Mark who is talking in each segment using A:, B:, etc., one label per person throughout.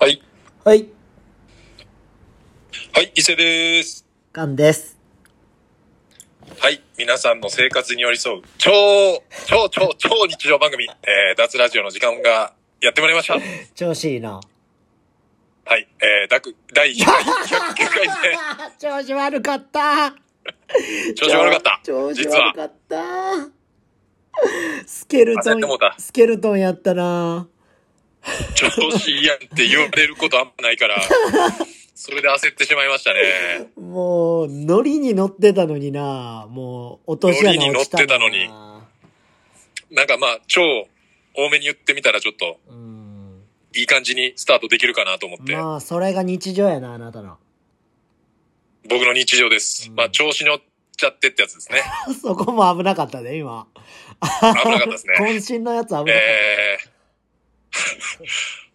A: はい、
B: はい、伊勢です。
A: ガンです。
B: はい、皆さんの生活に寄り添う超、超、超、超日常番組、えー、脱ラジオの時間がやってまいり ました。は
A: 調子いいな。
B: い、えー、ダク第109回
A: 調子悪かった。
B: で、調子悪かった。
A: 調子
B: 実は
A: 悪、かった。スケルト
B: 焦ってもう
A: ン
B: た、
A: スケルトンやったな。
B: 調子いいやんって言われることあんまない から、それで焦ってしまいましたね。
A: もう、ノリに乗ってたのにな。もう、落とし穴落ちたな
B: ノリに乗なんかまあ、超多めに言ってみたらちょっと、
A: うん。
B: いい感じにスタートできるかなと思って、
A: まあ、それが日常やな、あなたの。
B: 僕の日常です。まあ、調子乗っちゃってってやつ ですね。
A: そこも危なかったね、今。
B: 危なかったですね。
A: 渾身のやつ危なかった。
B: えー、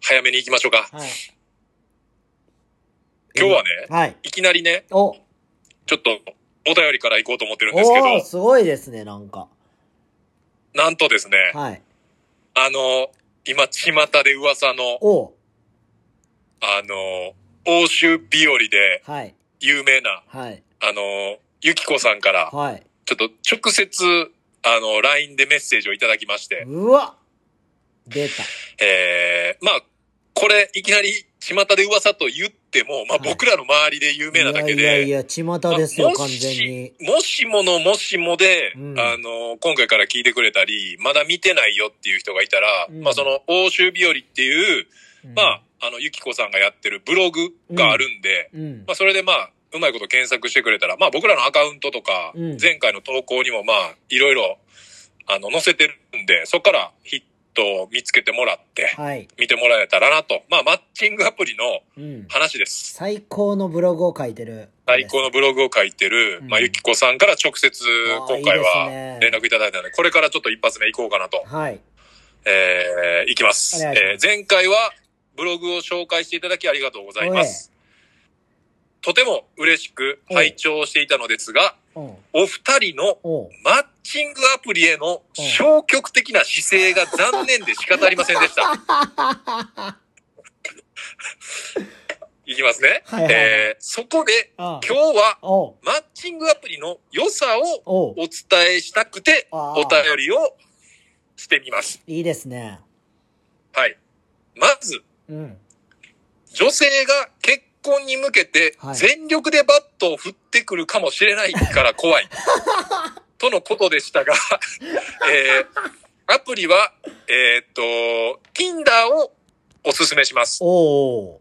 B: 早めに行きましょうか。
A: はい。
B: 今日はね
A: はい。
B: いきなりね、
A: お、お
B: ちょっとお便りから行こうと思ってるんですけ
A: ー、
B: ど、
A: すごいですね、なんか。
B: なんとですね、
A: はい。
B: あの、今、巷で噂の、
A: お、
B: あの、欧州日和で
A: はい。
B: 有名な、
A: はい。
B: あの、ゆきこさんから、
A: はい。
B: ちょっと直接、あの、LINE でメッセージをいただきまして、
A: うわ出た。
B: えー、まあ、これ、いきなり、巷で噂と言っても、まあ、
A: はい
B: 僕らの周りで有名なだけ
A: いやい
B: で、
A: やいや、巷ですよ、
B: まあ
A: 完全に。
B: もしものもしもで、
A: うん
B: あの、今回から聞いてくれたり、まだ見てないよっていう人がいたら、
A: うん
B: まあその、欧州日和っていう、
A: うん
B: まあ、あの、ゆきこさんがやってるブログがあるんで、
A: うん。
B: まあそれでまあ、うまいこと検索してくれたら、まあ僕らのアカウントとか、
A: うん
B: 前回の投稿にもまあ、いろいろ、あの、載せてるんで、そこからヒットを見つけてもらって、
A: はい。
B: 見てもらえたらなと。まあ、マッチングアプリの
A: うん。
B: 話です。
A: 最高のブログを書いてる。
B: 最高のブログを書いてる、
A: うん
B: まあ、ゆきこさんから直接、
A: あー
B: 今回
A: いいですね
B: は連絡いただいたので、これからちょっと一発目行こうかなと、
A: はい。
B: えー、行きま
A: お
B: す。
A: 願いしま
B: えー前回は、ブログを紹介していただきありがとうございます。とても嬉しく拝聴していたのですが、
A: うん。
B: お二人の
A: おう
B: マッチングアプリへの消極的な姿勢が残念で仕方ありませんでした。 いきますね。
A: はいはいはい
B: えーそこで、
A: あ
B: 今日は、
A: おう
B: マッチングアプリの良さを
A: おう
B: お伝えしたくて、
A: あー
B: お便りをしてみます。
A: いいですね。
B: はい。まず、
A: うん。
B: 女性が結婚に向けて
A: はい
B: 全力でバットを振ってくるかもしれないから怖 い。とのことでしたが、 えーアプリは、えーっと、Tinder をおすすめします。
A: おう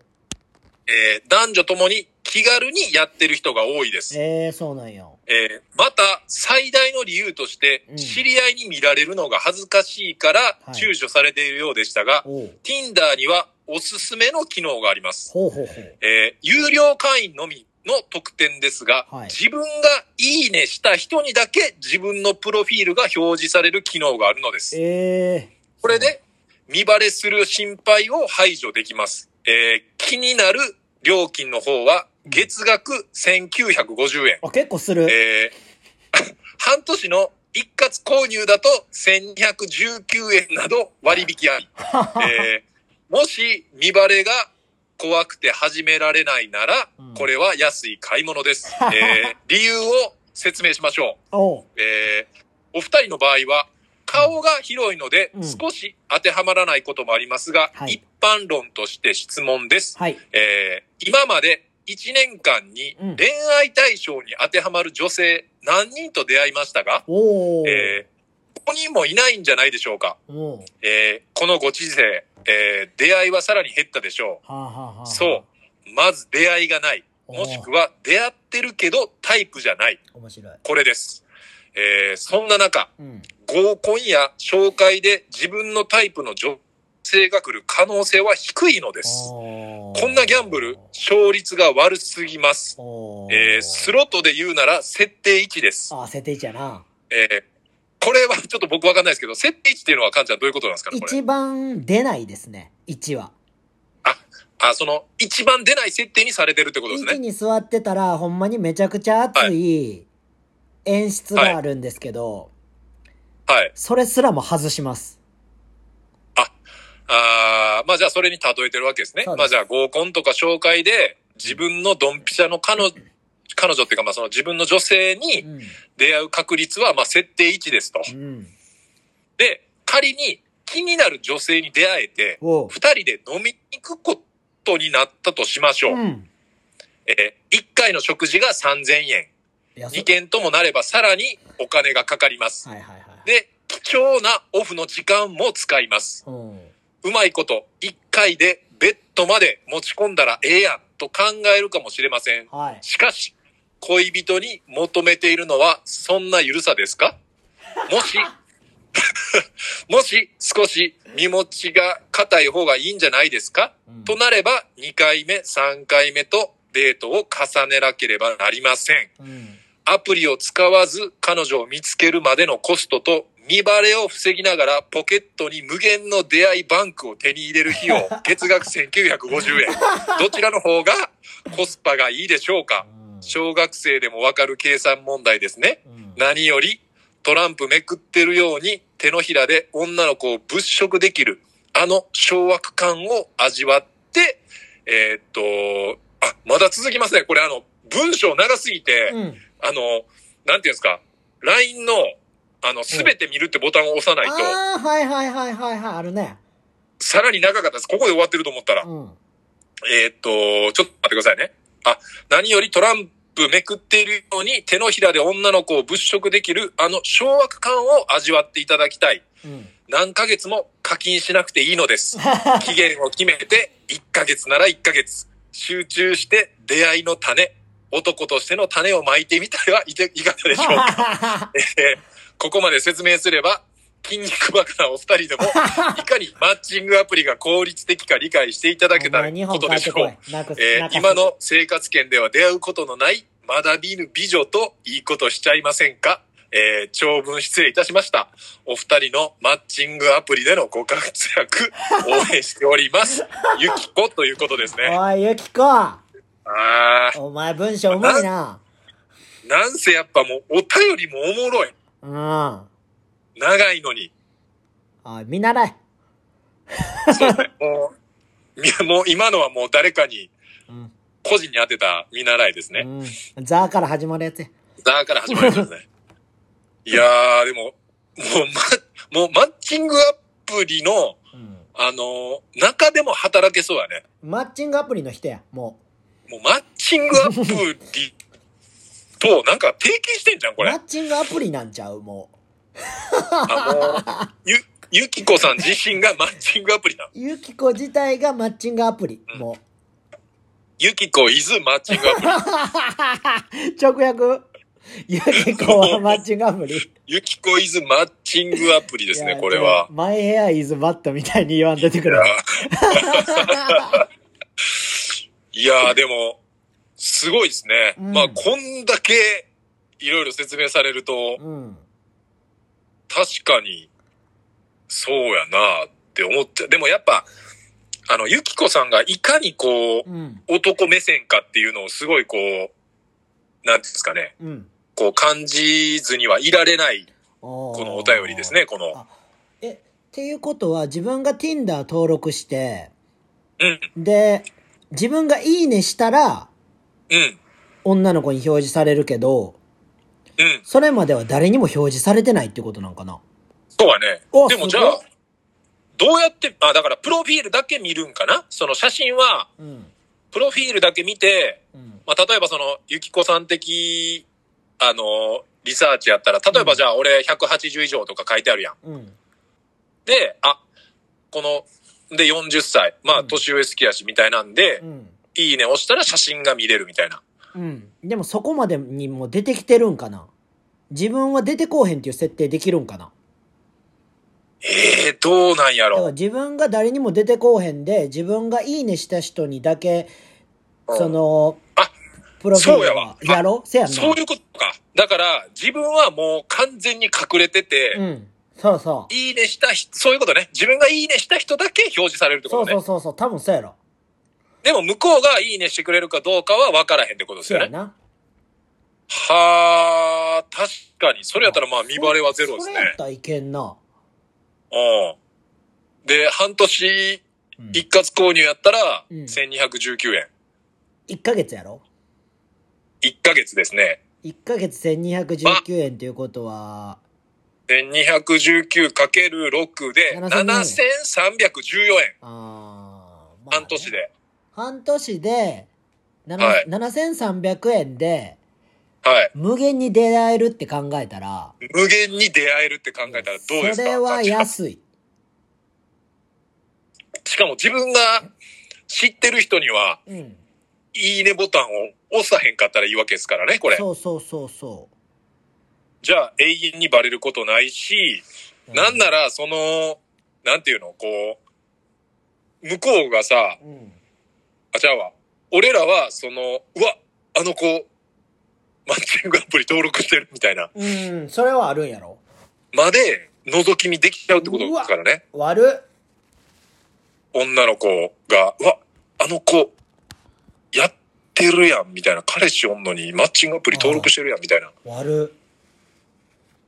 B: えー男女ともに気軽にやってる人が多いです。
A: ええー、そうなんや。
B: えーまた、最大の理由として
A: うん、
B: 知り合いに見られるのが恥ずかしいから
A: はい
B: 躊躇されているようでしたが、
A: おう
B: Tinder にはおすすめの機能があります。
A: ほうほうほう。
B: えー有料会員のみの特典ですが、
A: はい
B: 自分がいいねした人にだけ自分のプロフィールが表示される機能があるのです。
A: ええ
B: これで、見バレする心配を排除できます。えー気になる料金の方は、月額1950円。
A: あ、結構する。
B: えー 半年の一括購入だと1219円など割引 あり。えーもし見バレが怖くて始められないなら
A: うん、
B: これは安い買い物です。 えー理由を説明しましょ
A: おう
B: う。えーお二人の場合は、顔が広いので
A: うん
B: 少し当てはまらないこともありますが、
A: はい
B: 一般論として質問です。
A: はい。
B: えー今まで1年間に
A: うん
B: 恋愛対象に当てはまる女性何人と出会いましたが、
A: おう
B: えー、5人もいないんじゃないでしょうか。
A: おう
B: えーこのご時世、えー出会いはさらに減ったでしょ
A: はあ、はあはあ、
B: う。そう。まず出会いがない。
A: おう。
B: もしくは出会ってるけどタイプじゃない。
A: 面白い。
B: これです。えーそんな中、
A: うん。
B: 合コンや紹介で自分のタイプの女性が来る可能性は低いのです。こ
A: こ
B: んなギャンブル、勝率が悪すぎます。えースロットで言うなら設定1です。
A: あー、設定位置やな。
B: えーこれはちょっと僕わかんないですけど、設定1っていうのはカンちゃんどういうことなんですかねこれ。
A: 一番出ないですね。1は。
B: あ、その、一番出ない設定にされてるってことです
A: 1
B: ね。
A: に座ってたら、ほんまにめちゃくちゃ熱
B: はい
A: 演出があるんですけど、
B: はい。
A: それすらも外します。
B: あーまあじゃあそれに例えてるわけですね。
A: そうです
B: まあじゃあ合コンとか紹介で自分のドンピシャの彼女、彼女っていうかまあその自分の女性に
A: うん。
B: 出会う確率はまあ設定1ですと。
A: うん。
B: で、仮に気になる女性に出会えて、
A: おう。
B: 二人で飲みに行くことになったとしましょう。
C: うん。
B: えー、1回の食事が3000円。
A: いやそ
B: 2件ともなればさらにお金がかかります。
A: はいはいはい。
B: で、貴重なオフの時間も使います。
A: うん。
B: うまいこと、1回でベッドまで持ち込んだらええやんと考えるかもしれません。
A: はい。
B: しかし、恋人に求めているのはそんな緩さですかもし、 もし少し身持ちが硬い方がいいんじゃないですか
A: うん
B: となれば2回目、3回目とデートを重ねなければなりません。
A: うん。
B: アプリを使わず彼女を見つけるまでのコストと見バレを防ぎながらポケットに無限の出会いバンクを手に入れる費用、月額1950円。どちらの方がコスパがいいでしょうか
A: うん
B: 小学生でもわかる計算問題ですね。
A: うん
B: 何よりトランプめくってるように手のひらで女の子を物色できるあの掌握感を味わって、えーっと、あ、まだ続きますね。これあの、文章長すぎて、
A: うん。
B: あの、なんていうんですか、LINE の、あの、すべて見るってボタンを押さないと、
A: ああ、はいはいはいはいはい。あるね。
B: さらに長かったです。ここで終わってると思ったら。
A: うん。
B: えーっと、ちょっと待ってくださいね。あ、何よりトランプめくっているように手のひらで女の子を物色できるあの掌握感を味わっていただきたい。
A: うん。
B: 何ヶ月も課金しなくていいの です。期限を決めて1ヶ月なら1ヶ月。集中して出会いの種、男としての種をまいてみてはいていかがでしょうか。 えーここまで説明すれば、筋肉バカなお二 人でも、いかにマッチングアプリが効率的か理解していただけた
A: お前日
B: こ
A: 本
B: と
A: 帰
B: で
A: っ
B: してょ
A: こ
B: う
A: い。。なく
B: えー
A: なく
B: 今の生活圏では出会うことのないまだ見ぬ美女といいことしちゃいませんかえー長文失礼いたしました。お二人のマッチングアプリでのご活 躍、応援しております。ゆきこということですね。
A: おい、ゆきこ
B: あ
A: お前文章うまいな。
B: ーなんせやっぱもうお便りもおもろい。
A: うん。
B: 長いのに。
A: おい、見習え。
B: そうですね。もう、みもう今のはもう誰かに、
A: うん。
B: 個人に当てた見習いですね。
A: うん。ザーから始まるやつや。
B: だから始まりますね。 いやー、でも、もう、ま、もうマッチングアプリの、
A: うん。
B: あのー中でも働けそうやね。
A: マッチングアプリの人や、も
B: もうマッチングアプリと、なんか提携してんじゃん、
A: う。
B: こ
A: マ
B: れ
A: ッ。チングアプリなんちゃう、もう。
B: あ、もう、ゆ、ゆきこさん自身がマッチングアプリなの。
A: ゆきこ自体がマッチングアプリ、も
B: ゆきこイズマッチングアプリ。
A: う。直訳ゆきこはマッチングアプリ。
B: ゆきこイズマッチングアプリです
A: い
B: ね、
A: や
B: これは。
C: マイヘアイズバットみたいに言わんといてくれ。
B: いやーでも、すごいですね。
A: うん
B: まあ、こんだけ、いろいろ説明されると、
A: うん。
B: 確かに、そうやなって思って、でもやっぱ、あの、ゆきこさんがいかにこう、
A: うん。
B: 男目線かっていうのをすごいこう、なんていうんですかね、
A: うん。
B: こう感じずにはいられない、
A: こ
B: このお便りです。ね、この。
A: え、っていうことは自分が Tinder 登録して、
B: うん、
A: で、自分がいいねしたら、
B: うん、
A: 女の子に表示されるけど、
B: うん。
A: それまでは誰にも表示されてないってことなんかな。
B: そうはね
A: お。
B: でも
A: す
B: じ
A: ご
B: ゃ
A: い
B: あ、どうやって、あ、だから、プロフィールだけ見るんかなその写真は、
A: うん。
B: プロフィールだけ見て、
A: うん。
B: まあ、例えばその、ゆきこさん的、あの、リサーチやったら、例えばじゃあ、俺180以上とか書いてあるやん。
A: うん。
B: で、あ、この、で、40歳。ま
A: う
B: あ、
A: ん
B: 年上好きやし、みたいなんで、
A: うん。
B: いいね押したら写真が見れるみたいな。
A: うん。でもそこまでにも出てきてるんかな。自分は出てこうへんっていう設定できるんかな。
B: ええー、どうなんや
A: だから
B: ろ。
A: 自分が誰にも出てこうへんで、自分がいいねした人にだけ、
B: うん
A: その、
B: あ
A: プロフィー
B: そう
A: ル
B: やわ
A: はやろせやんな。
B: そういうことか。だから、自分はもう完全に隠れてて、
A: うん。そうそう。
B: いいねした人、そういうことね。自分がいいねした人だけ表示されるってこと
A: そう
B: ね。
A: そうそうそう。多分そうやろ。
B: でも向こうがいいねしてくれるかどうかは分からへんってことです
A: そう
B: よ
A: や
B: ね。
A: な。
B: はあ、確かに。それやったらまあ見バレはゼロです
A: それや
B: ね
A: っ。たらいけんな。
B: うん。で、半年
A: うん
B: 一括購入やったら、
A: うん
B: 1219円。
A: 1ヶ月やろ
B: 1ヶ月ですね。
A: ?1 ヶ月1219円ということは、
B: 1219×6 で、
A: 7314
B: 7314円。
A: あー、まあね
B: 半年。で。
A: 半年で、なな
B: はい
A: 7300円で、
B: はい。
A: 無限に出会えるって考えたら、
B: 無限に出会えるって考えたらどうですか
A: それは
B: しか
A: 安い。
B: しかも自分が知ってる人には、
A: うん。
B: いいねボタンを押さへんかったらいいわけですからね、これ。
A: そうそうそうそ
B: じゃあ永遠にバレることないし、
A: う。
B: なんなら、その、なんていうの、こう、向こうがさ、
A: うん。
B: あ、じゃあわ、俺らは、その、うわ、あの子、マッチングアプリ登録してるみたいな、
A: うん、それはあるんやろ。
B: まで、覗き見できちゃうってことだからね。
A: 悪っ。
B: 女の子が、うわ、あの子、やってるやん、みたいな。彼氏おんのに、マッチングアプリ登録してるやん、みたいな。っ
A: 悪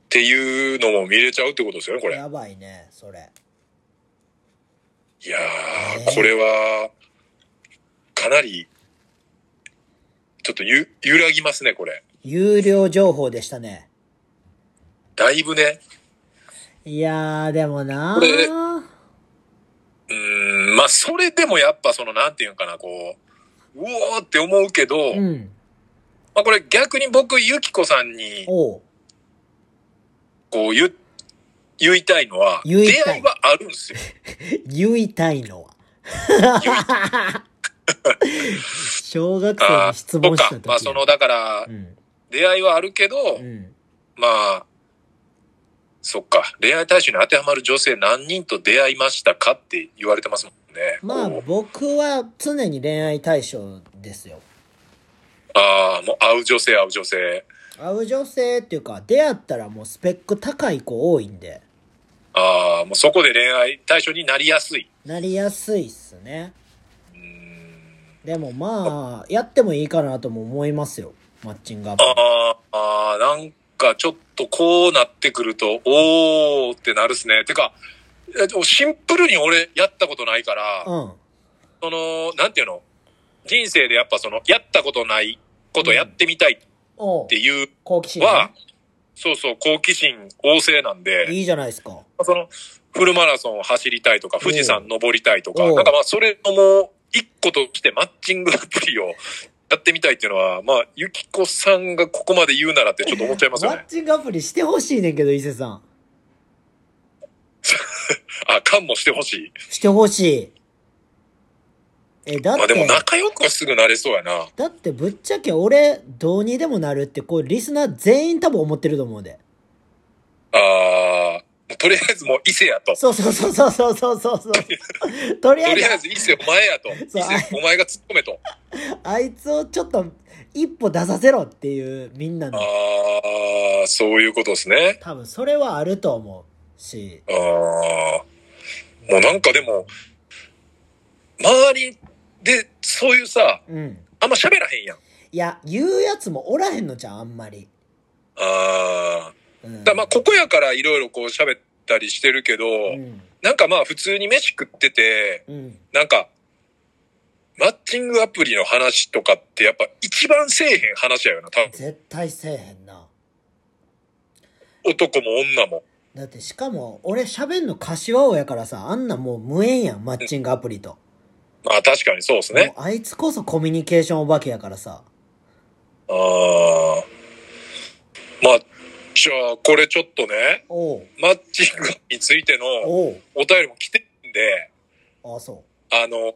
B: ていうのも見れちゃうってことですよね、こ
A: っ。
B: れ。
A: やばいね、それ。
B: いや
A: ね
B: ー、これは、かなり、ちょっとゆ、揺らぎますね、これ。
A: 有料情報でしたね。
B: だいぶね、
A: いやー、でもな
B: これ
A: ー。
B: うーん、まあ、それでもやっぱその、なんていうんかな、こう、うおーって思うけど、
A: う
B: ま
A: ん。
B: あ、これ逆に僕、ゆきこさんに、
A: おう。
B: こう、言、言いたいのは、
A: 言い
B: 出
A: た
B: 会
A: い
B: いはあるんですよ。
A: 言いたいの は。小学生
B: あ
A: に
B: あ、
A: 質
B: そ
A: 問
B: う
A: した
B: か
A: 時。
B: まあ、その、だから
A: う、ん。
B: 出会いはあるけど、
A: うん。
B: まあ、そっか、恋愛対象に当てはまる女性何人と出会いましたかって言われてますもんね。
A: まあ
B: こう
A: 僕は常に恋愛対象ですよ。
B: ああ、もう会う女性、会う女性。
A: 会う女性っていうか、出会ったらもうスペック高い子多いんで、
B: ああ、もうそこで恋愛対象になりやすい。
A: なりやすいっすね。
B: うーん
A: でもまあ、やってもいいかなとも思いますよ。マッチングアプリ。
B: あーあー、なんかちょっとこうなってくると、おーってなるっすね。てか、えっとシンプルに俺やったことないから、
A: うん。
B: その、なんていうの人生でやっぱその、やったことないことやってみたいっ
A: おう
B: ていう
A: 好奇心、
B: は
A: ね。、
B: そうそう、好奇心旺盛なんで、
A: いいじゃないですか。
B: その、フルマラソンを走りたいとか、富士山登りたいとか、
A: おう
B: なんかまあ、それのもう、一個としてマッチングアプリをやってみたいっていうのは、まあ、ゆきこさんがここまで言うならってちょっと思っちゃいます
A: マ
B: よ
A: ッ
B: ね。
A: チングアプリしてほしいねんけど、伊勢さん。
B: あ、勘もしてほしい。
A: してほしい。え、だっ
B: まあで
A: て、
B: も仲良くはすぐなれそうやな。
A: だってぶっちゃけ俺、どうにでもなるって、こう、リスナー全員多分思ってると思うで。
B: あー、とりあえずもう伊勢やと。
A: そうそうそうそうそうそうそ うそう。とりあ
B: と
A: え
B: りあえ
A: ず、
B: ず伊勢お前やと。伊
A: そう
B: 勢お前が突っ込めと。
A: あいつをちょっと一歩出させろっていうみんなの、
B: あー、そういうことですね。
A: 多分それはあると思うし。
B: ああ、もうなんかでも、周りで、そういうさ、
A: うん。
B: あんま喋らへんやん。
A: いや、言うやつもおらへんのじゃん、あんまり。
B: ああ。
A: うん、
B: だからまあ、ここやからいろいろこう喋ったりしてるけど、
A: うん。
B: なんかまあ、普通に飯食ってて、
A: うん。
B: なんか、マッチングアプリの話とかってやっぱ一番せえへん話やよな、多分。
A: 絶対せえへんな。
B: 男も女も。
A: だってしかも、俺喋んの柏王やからさ、あんなもう無縁やん、マッチングアプリと。
B: まあ、確かにそうですね
A: も。うあいつこそコミュニケーションお化けやからさ。
B: ああ。まあ、じゃあ、これちょっとね、
A: おう。
B: マッチングについての、
A: おう。
B: お便りも来てるんで、
A: ああ、そ
B: あの、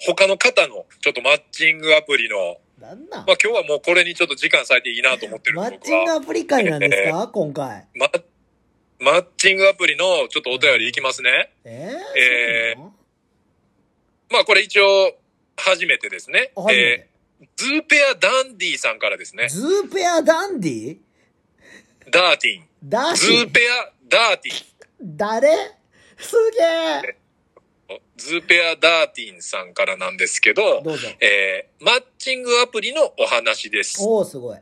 B: 他の方のちょっとマッチングアプリの、
A: う。なんなん
B: まあ今日はもうこれにちょっと時間割いていいなと思ってるん
A: マ
B: で
A: ッ
B: 僕
A: チング
B: は。
A: アプリ会なんですか今回。
B: マッマッチングアプリのちょっとお便りいきますね。えー
A: えー、そうなの
B: まあこれ一応、初めてですね。
A: あ初め
B: え
A: て
B: ーズーペアダンディさんからですね。
A: ズーペアダンディ
B: ダーティン。
A: ダー
B: ズ
A: シ
B: ー
A: ー
B: ペアダーティ
A: 誰すげえ
B: ン。ズーペアダーティンさんからなんですけど、
A: どうぞ。
B: えーマッチングアプリのお話です。
A: おおすごい。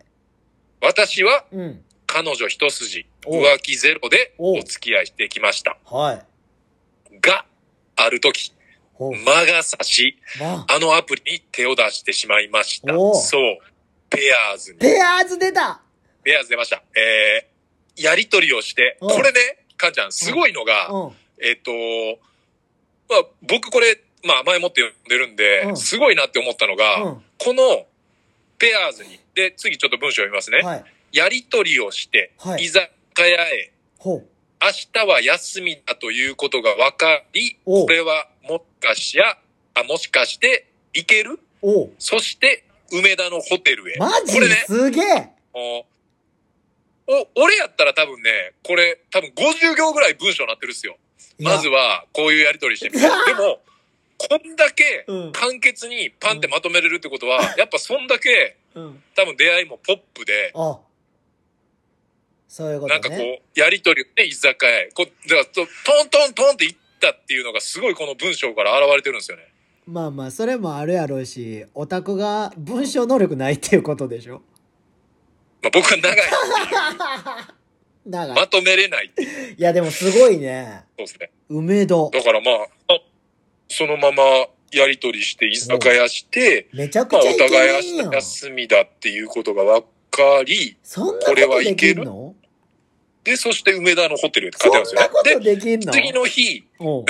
B: 私は
A: うん。
B: 彼女一筋、
A: お
B: 浮気ゼロでお付き合いしてきました。
A: はい。
B: が、ある時、
A: おう
B: 魔が差し、
A: わ
B: あのアプリに手を出してしまいました。
A: お
B: そう。ペアーズに。
A: ペアーズ出た
B: ペアーズ出ました。えー、やりとりをして、
A: うん
B: これね、かんちゃん、すごいのが、
A: うん。
B: えっ、と、まあ、僕これ、まあ、前もって読んでるんで、
A: うん
B: すごいなって思ったのが、
A: うん。
B: この、ペアーズに、で、次ちょっと文章読みますね。
A: はい。
B: やりとりをして、
A: はい
B: 居酒屋へ、
A: ほう。
B: 明日は休みだということが分かり、
A: おう
B: これはもしかしや、あ、もしかして、行ける
A: おう
B: そして、梅田のホテルへ。
A: マジ
B: これね、
A: すげえ
B: おお、俺やったら多分ね、これ、多分50行ぐらい文章になってるっすよ。
A: いや
B: まずは、こういうやりとりしてみて。
A: いや
B: でも、こんだけ
A: うん、
B: 簡潔にパンってまとめれるってことは、やっぱそんだけ、
A: うん。
B: 多分出会いもポップで、
A: あ。そういうこ
B: なん
A: と
B: かこ
A: ね。
B: う、やりとりで居酒屋へ。こう、だからと、トントントンっていったっていうのがすごいこの文章から現れてるんですよね。
A: まあまあ、それもあるやろうし、オタクが文章能力ないっていうことで しょ
B: まあ僕は長い。
A: だから
B: ま、とめれないっていうこ
A: いやでもすごいね。
B: とですね。
A: 梅戸。
B: だからまあ、あそのままやりとりして居酒屋して、
A: めちゃく
B: まあ、
A: ちゃ
B: お
A: イケメ
B: 互い
A: ンや
B: 明
A: ん
B: 日。休みだっていうことが分かり、
A: そんな
B: こ
A: こ
B: れは
A: と
B: い
A: で
B: け
A: き
B: る
A: んの
B: で、そして梅田のホテルって書
A: そ
B: いてあるん
A: ん
B: ですよ
A: なこ
B: ね。
A: とできん
B: で、
A: の
B: 次の日、
A: おう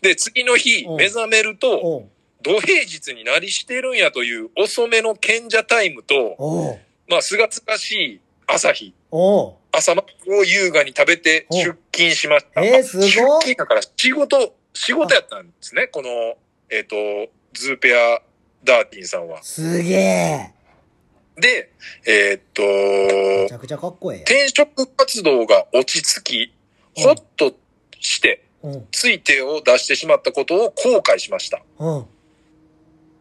B: で、次の日、
A: うん
B: 目覚めると、
A: おう
B: 土平日になりしてるんやという遅めの賢者タイムと、
A: おう
B: まあ、すがすがしい朝日、
A: おう
B: 朝マックを優雅に食べて
A: うん
B: 出勤しました。
A: えーすごい
B: 出勤だから仕事、仕事やったんですね、この、えっ、と、ズーペアダーティンさんは。
A: すげえ
B: で、えっ、
A: め
B: と
A: ち、ゃくちゃかっこええ
B: 転職活動が落ち着き、
A: う
B: ほ
A: ん
B: っとして、
A: やん。うん。
B: ついてを出してしまったことを後悔しました。
A: うん。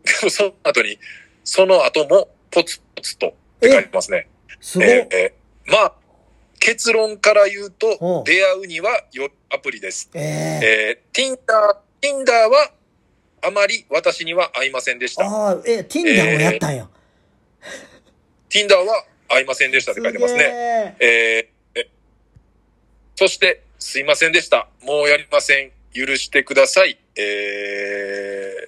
B: でもその後に、その後もポツポツとって書いてますね。
A: す
B: え
A: ごっ
B: ーえーまあ、結論から言う
A: う
B: と
A: ん、
B: 出会うにはよアプリです。
A: ええ
B: えー、Tinder、Tinder はあまり私には合いませんでした。
A: ああ、え、Tinder もやったんや。
B: Tinder は合いませんでしたって書いてますね。
A: ね。
B: えーえそして、すいませんでした。もうやりません。許してください。え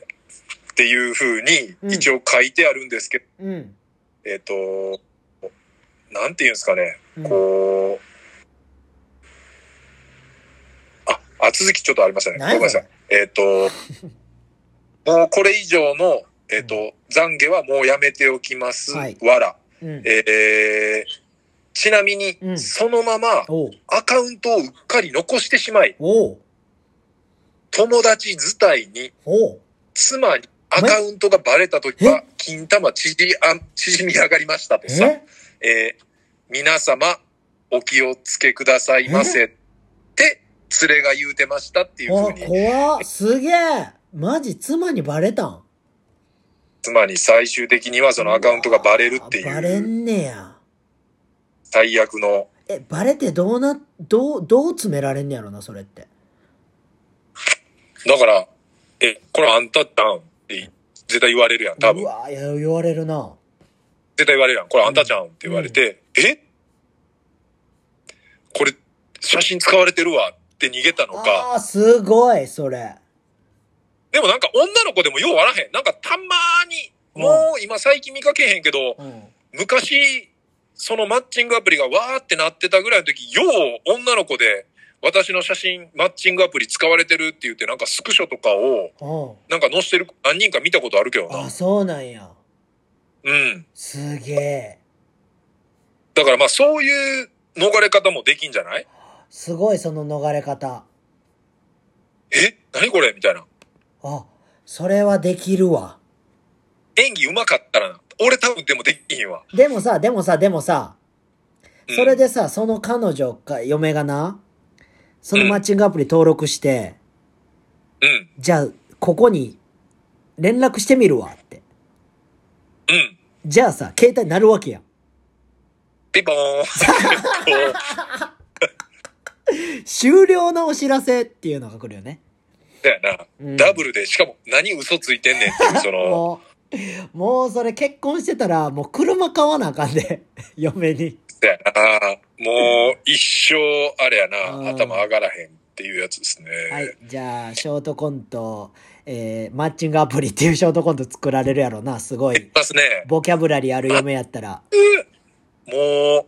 B: ーっていう風
A: う
B: に、
A: ん
B: 一応書いてあるんですけど、
A: うん。
B: えっ、と、なんていうんですかね。
A: うん
B: こう、あ、あ、続きちょっとありましたね。ごめ
A: 何や
B: んなさい。えっ、と、 もうこれ以上の、えっ、と、懺悔はもうやめておきます。
A: はい
B: わら。
A: うん。
B: えーちなみに、
A: うん
B: そのまま
A: おう
B: アカウントをうっかり残してしまい、
A: おう
B: 友達自体に、
A: おう
B: 妻にアカウントがバレた時は、金玉縮りあ縮み上がりましたとさ、
A: え
B: えー皆様、お気をつけくださいませって、連れが言うてましたっていうふう
A: あ、
B: に、
A: 怖っすげえマジ、妻にバレたん
B: 妻に最終的にはそのアカウントがバレるって
A: あバレ
B: いう、
A: んねや。
B: 最悪の、
A: え、バレてどうな、どう、どう詰められんねやろな、それって。
B: だから、え、これあんただんって絶対言われるやん、多分
A: う。わいや、言われるな。
B: 絶対言われるやん。これあんたちゃんって言われて、えこれ、写真使われてるわって逃げたのか。
A: ああ、すごい、それ。
B: でもなんか女の子でもようあらへん。なんかたまに、
A: うん
B: もう今最近見かけへんけど、
A: うん。
B: 昔、そのマッチングアプリがわーってなってたぐらいの時、よう女の子で、私の写真、マッチングアプリ使われてるって言って、なんかスクショとかを、
A: おう
B: なんか載してる子何人か見たことあるけど
A: あ、
B: な。
A: そうなんや。
B: うん。
A: すげえ。
B: だからまあそういう逃れ方もできんじゃない
A: すごい、その逃れ方。
B: え何これみたいな。
A: あ、それはできるわ。
B: 演技上手かったらな。俺多分でもできひんわ。
A: でもさ、でもさ、でもさ、
B: うん
A: それ。でさ、その彼女か、嫁がな、そのマッチングアプリ登録して、
B: うん。
A: じゃあ、ここに連絡してみるわって。
B: うん。
A: じゃあさ、携帯鳴るわけやん。
B: ピン ポーン。こ
A: 終了のお知らせっていうのが来るよね。
B: うだよな、
A: うん
B: ダブルで、しかも何嘘ついてんねんっていう、その、
A: もう、もうそれ結婚してたら、もう車買わなあかんで、 嫁に。
B: だよな。もう一生、あれや
A: う
B: な、
A: ん
B: 頭上がらへんっていうやつですね。
A: はい。じゃあ、ショートコント、えー、マッチングアプリっていうショートコント作られるやろうな。すご
B: 出
A: い。
B: ますね。
A: ボキャブラリーある嫁やったら。
B: もう、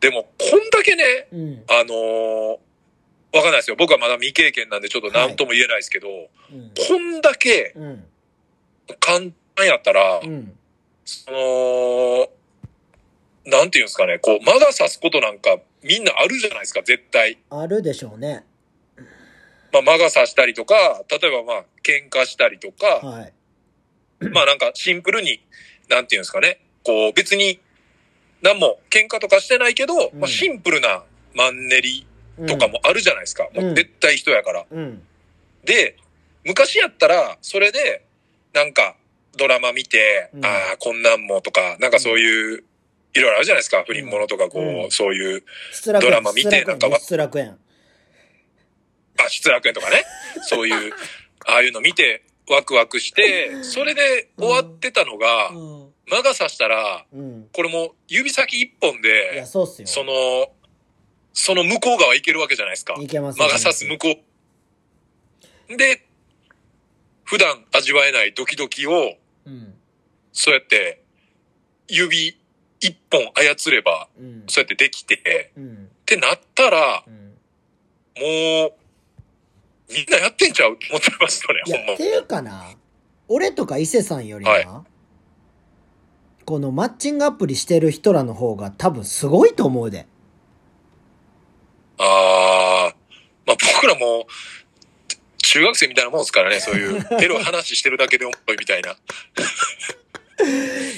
B: でも、こんだけね、
A: うん。
B: あのーわかんないですよ。僕はまだ未経験なんでちょっと何とも言えないですけど、
A: うん。
B: こんだけ
A: うん。
B: 簡単やったら、
A: うん。
B: その、なんていうんですかね、こう、魔が差すことなんかみんなあるじゃないですか、絶対。
A: あるでしょうね。
B: まあ、魔が差したりとか、例えばまあ、喧嘩したりとか、
A: はい。
B: まあなんかシンプルに、なんていうんですかね、こう、別に、何も喧嘩とかしてないけど、
A: うん
B: まあシンプルなマンネリ
A: うん
B: とか。もあるじゃないですか。
A: うん
B: もう絶対人やから。
A: うん。
B: で、昔やったら、それで、なんか、ドラマ見て、
A: うん
B: ああ、こんなんもとか、なんかそういう、いろいろあるじゃないですか。不倫ものとか、こう、
A: うん
B: そういう、
A: 失楽園。
B: ドラマ見て
A: 失楽園
B: なんかわ
A: 失楽園。
B: あ、失楽園とかね。そういう、ああいうの見て、ワクワクして、それで終わってたのが、
A: うん。
B: 魔が差したら、
A: うん。
B: これもう指先一本
A: いや、
B: で、
A: そうっすよ。
B: その、その向こう側行けるわけじゃないですか。
A: いけます
B: 魔が差す向こう。で、普段味わえないドキドキを、
A: うん。
B: そうやって、指一本操れば、
A: うん。
B: そうやってできて、
A: うん。
B: ってなったら、
A: うん。
B: もう、みんなやってんちゃうと思ってましたね、
A: い
B: ほんま
A: や、ていうかな、俺とか伊勢さんよりな、
B: はい
A: このマッチングアプリしてる人らの方が多分すごいと思うで。
B: あー、まあ僕らも、中学生みたいなもんですからね、そう いう、エロい話してるだけでおもろいみたいな。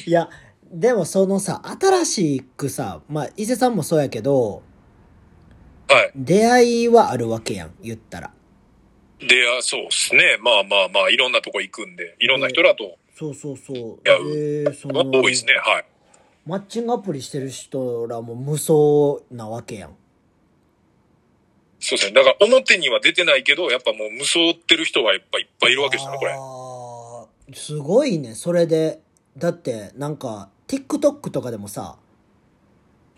A: いや、でもそのさ、新しくさ、まあ、伊勢さんもそうやけど、
B: はい。
A: 出会いはあるわけやん、言ったら。
B: で、あそうですね。まあまあまあ、いろんなとこ行くんで、いろんな人らと、
A: そうそうそう。
B: や
A: えー、そ
B: 多
A: の、
B: いですね、はい。
A: マッチングアプリしてる人らも無双なわけやん。
B: そうですね。だから表には出てないけど、やっぱもう無双ってる人はやっぱいっぱいいるわけですよね、これ。
A: あーすごいね、それで。だって、なんか、TikTok とかでもさ、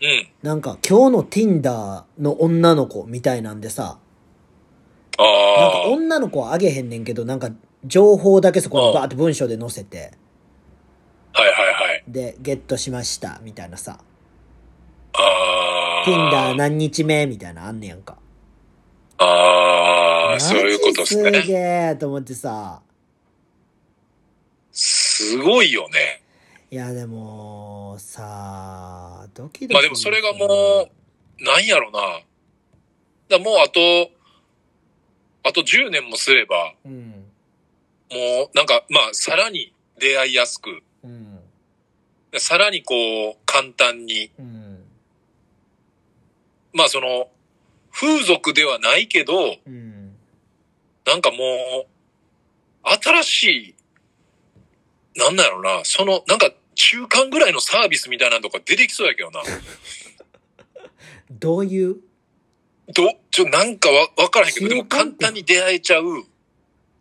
B: うん。
A: なんか今日の Tinder の女の子みたいなんでさ、なんか
B: ああ。
A: 女の子はあげへんねんけど、なんか情報だけそこにバーって文章で載せて、
B: はいはいはい。
A: で、ゲットしました、みたいなさ、
B: ああ。
A: Tinder 何日目みたいなのあんねやんか。
B: あ
A: マ
B: あ、
A: ジ
B: そういうことです
A: す
B: ね。
A: げえと思ってさ、
B: すごいよね。
A: いやでも、さあ、ドキドキ。
B: まあでもそれがもう、なんやろな。だからもうあと、あと10年もすれば、
A: う、うん、
B: もうなんか、まあさらに出会いやすく、
A: うん、
B: さらにこう、簡単に、
A: うん、
B: まあその、風俗ではないけど、
A: うん。
B: なんかもう、新しい、なんだろうな、その、なんか中間ぐらいのサービスみたいなのとか出てきそうやけどな。
A: どういう
B: ど、ちょ、なんかわ、わからへんけど、でも
A: 中間っ
B: 簡
A: て
B: 単に出会えちゃう。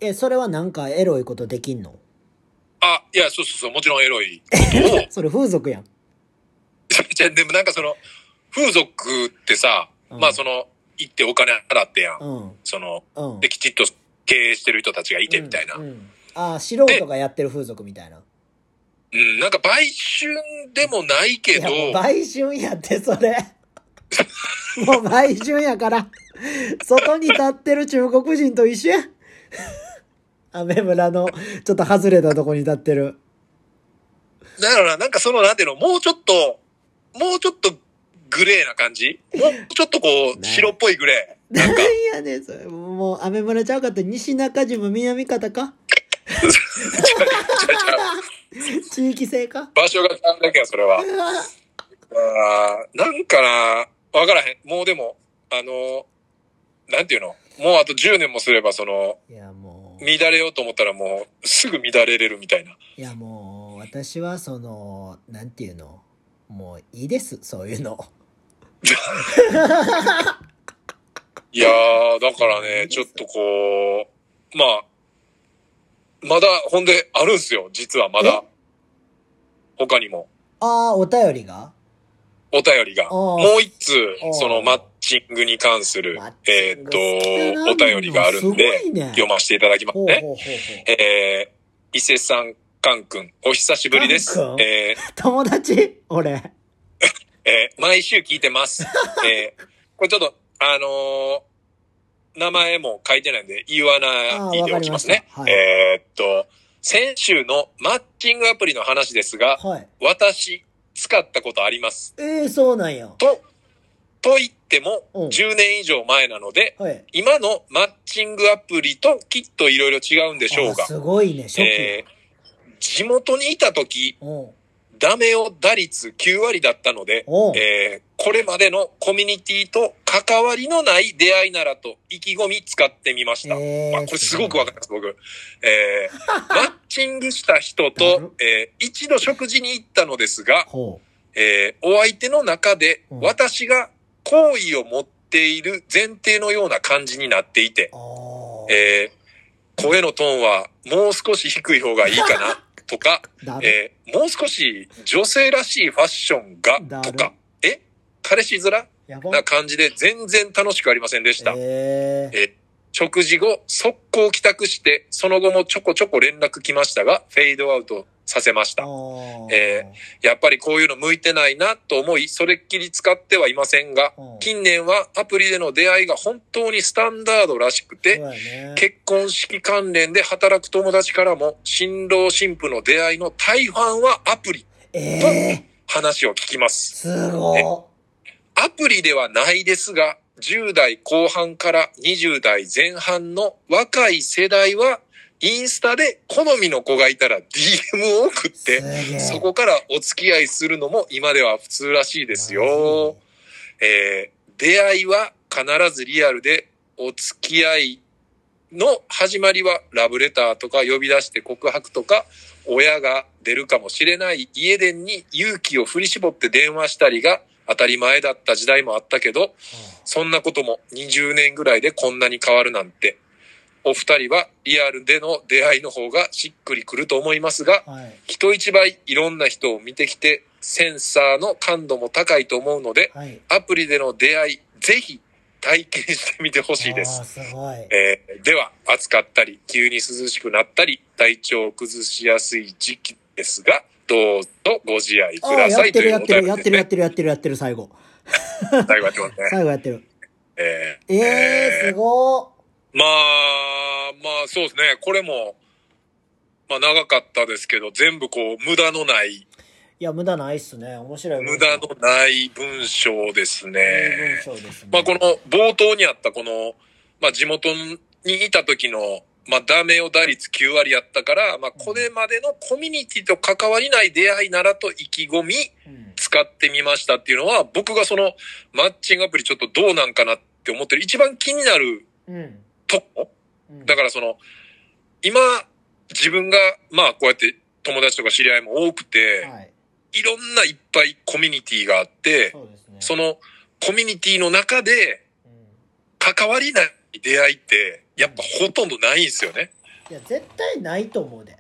A: え、それはなんかエロいことできんの
B: あ、いや、そうそうそう、もちろんエロいことを
A: それ風俗やん。
B: じゃ。でもなんかその、風俗ってさ、
A: うん
B: まあその、行ってお金払ってやん。
A: うん、
B: その、
A: うん。
B: で、きちっと経営してる人たちがいてみたいな。う
A: うん
B: ん、
A: うんああ素人がやってる風俗みたいな
B: なんか買春でもないけど、
A: いや売春やってそれ もう売春やから外に立ってる中国人と一緒やアメ村のちょっと外れたとこに立ってる
B: だからなんかその、なんていうの、もうちょっと、もうちょっとグレーな感じもうちょっとこう、
A: ね
B: 白っぽいグレー。
A: なんやねんそれもうアメ村ちゃうかって西中島南方か地域性か
B: 場所がちゃうだけや、それは。あーなんかな、わからへん。もうでも、あの、なんていうのもうあと10年もすれば、その、
A: いやもう
B: 乱れようと思ったらもう、すぐ乱れれるみたいな。
A: いやもう私はそのなんていうのもういいですそういうの
B: いやー、だからね、ちょっとこう、まあ、まだ、ほんで、あるんすよ、実はまだ。他にも、
A: ああお便りが
B: お便りが。
A: お
B: も
A: ー
B: う一通
A: おー、
B: その、マッチチングに関する
A: マッ、チ
B: え
A: ン
B: ーっ
A: グ
B: と、お
A: 好きな
B: 便
A: の
B: りがあるん
A: すご
B: で
A: い、ね
B: 読ませていただきます
A: ほうほう
B: ね。
A: ほうほう。
B: えー、伊勢さん、カン君、お久しぶりです。
A: カン君
B: えー、
A: 友達俺。
B: えー毎週聞いて ます。えーこれちょっと、あのー名前も書いてないんで、言わないでおきますね。
A: あーわかりましたはい
B: えーっと、先週のマッチングアプリの話ですが、
A: はい。
B: 私、使ったことあります。
A: ええそうなんや。
B: と、と言っても、
A: うん
B: 10年以上前なので、
A: はい。
B: 今のマッチングアプリときっといろいろ違うんでしょう
A: あ
B: が、
A: すごいね、初期。
B: えー地元にいた時、
A: うん。
B: ダメを打率9割だったので、
A: おう
B: えーこれまでのコミュニティと関わりのない出会いならと意気込み使ってみました。
A: え
B: まあこれすごくわかります、僕。え ーマッチングした人
A: なる
B: と、えー一度食事に行ったのですが、
A: ほ
B: えーお相手の中で
A: うん
B: 私が好意を持っている前提のような感じになっていて
A: う。、ああ。
B: えー声のトーンはもう少し低い方がいいか なとか、
A: だる。
B: えーもう少し女性らしいファッション
A: だ
B: が
A: る
B: とか、え彼氏面
A: やば
B: な感じで全然楽しくありませんでした。
A: ええ
B: え食事後、速攻帰宅して、その後もちょこちょこ連絡来ましたが、フェードアウトさせました。
A: ああ
B: えやっぱりこういうの向いてないなと思い、それっきり使ってはいませんが
A: うん、
B: 近年はアプリでの出会いが本当にスタンダードらしくて、
A: そうやね。
B: 結婚式関連で働く友達からも、新郎新婦の出会いの大半はアプリ、
A: え
B: と
A: え
B: 話を聞きます。
A: すごい。
B: アプリではないですが、10代後半から20代前半の若い世代は、インスタで好みの子がいたら DM を送っ
A: すげ
B: て、
A: え。
B: そこからお付き合いするのも今では普通らしいですよ。えー出会いは必ずリアルで、お付き合いの始まりはラブレターとか呼び出して告白とか、親が出るかもしれない家電に勇気を振り絞って電話したりが当たり前だった時代もあったけど、そんなことも20年ぐらいでこんなに変わるなんて。お二人はリアルでの出会いの方がしっくりくると思いますが、
A: うん。はい。
B: 人一倍いろんな人を見てきて、センサーの感度も高いと思うので、
A: はい。
B: アプリでの出会い、ぜひ体験してみてほしいで
A: あ
B: す
A: あ。すごい。
B: えーでは、暑かったり、急に涼しくなったり、体調を崩しやすい時期ですが、どうぞご自愛く
A: ああ
B: だ
A: やっ
B: さいと
A: てる
B: いう
A: や
B: お
A: ってる
B: 便
A: や
B: り
A: っ
B: で
A: て
B: す
A: るやっ
B: ね。
A: てるやってるやってる最後。
B: 最後やってますね。
A: 最後やってる。
B: えー
A: ええすごっ
B: まあ、まあそうですね。これも、まあ長かったですけど、全部こう、無駄のない、
A: いや、無駄ないっすね。面白い。
B: 無駄のない文章ですね。
A: いい文章ですね。
B: まあこの冒頭にあったこの、まあ地元にいた時の、まあダメを打率9割やったから、まあこれまでのコミュニティと関わりない出会いならと意気込み
A: うん
B: 使ってみましたっていうのは、僕がそのマッチングアプリちょっとどうなんかなって思ってる一番気になる
A: うん。
B: とこ
A: うん。
B: だからその、今自分がまあこうやって友達とか知り合いも多くて、
A: はい。
B: いろんないっぱいコミュニティがあって、
A: そうですね。
B: そのコミュニティの中で、
A: うん
B: 関わりない出会いって、やっぱほとんどないんですよね。
A: いや、絶対ないと思うで。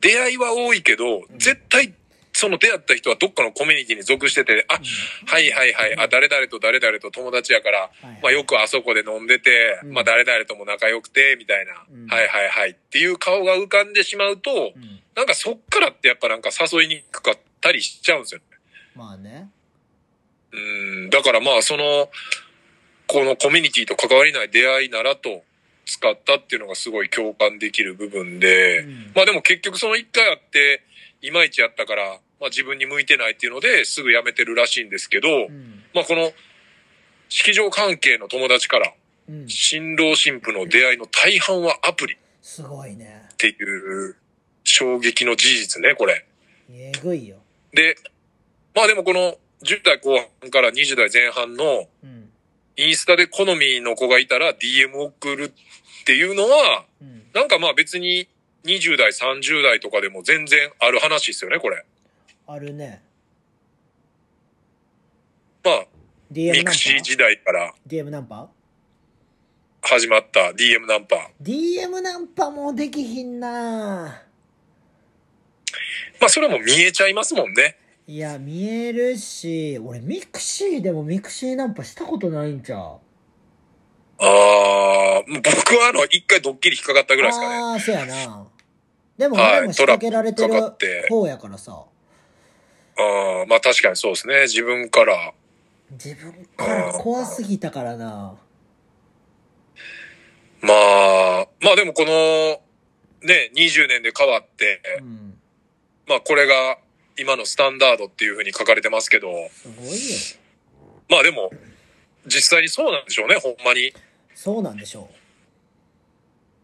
B: 出会いは多いけど、
A: ん
B: 絶対、その出会った人はどっかのコミュニティに属してて、あ
A: うん、
B: はいはいはい、あ、誰々と誰々と友達やから、
A: はい
B: まあよくあそこで飲んでて、
A: うん
B: まあ誰々とも仲良くて、みたいな
A: うん、
B: はいはいはいっていう顔が浮かんでしまうと
A: う、ん
B: なんかそっからってやっぱなんか誘いにくかったりしちゃうんですよね。
A: まあね。
B: うん、だからまあその、このコミュニティと関わりない出会いならと使ったっていうのがすごい共感できる部分で、
A: うん
B: まあでも結局その一回あって、いまいちやったから、まあ自分に向いてないっていうのですぐ辞めてるらしいんですけど、
A: うん。
B: まあこの、式場関係の友達から、
A: うん。
B: 新郎新婦の出会いの大半はアプリっ
A: すごいね。
B: ていう衝撃の事実ね、これ。
A: えぐいよ。
B: で、まあでもこの10代後半から20代前半の
A: うん。
B: インスタで好みの子がいたら DM 送るっていうのは、
A: うん。
B: なんかまあ別に20代、30代とかでも全然ある話ですよね、これ。
A: あるね。
B: まあ、ミ
A: DM ナン
B: クシー
A: パ
B: 時代から
A: ?DM ナンパ
B: 始まった DM ナンパ。
A: ?DM ナンパもできひんなぁ
B: まあそれも見えちゃいますもんね。
A: いや、見えるし、俺ミクシーでもミクシーナンパしたことないんちゃう
B: ああ、僕はあの、一回ドッキリ引っかかったぐらいですかね。
A: ああ、そうやな。でも、
B: はい
A: 俺も仕掛けられてる
B: トラップかかって
A: 方やからさ。
B: ああ、まあ確かにそうですね。自分から。
A: 自分から怖すぎたからな。
B: まあ、まあでもこの、ね、20年で変わって、
A: うん。
B: まあこれが今のスタンダードっていうふうに書かれてますけど、
A: すごいよ。
B: まあでも、実際にそうなんでしょうね、ほんまに。
A: そうなんでしょ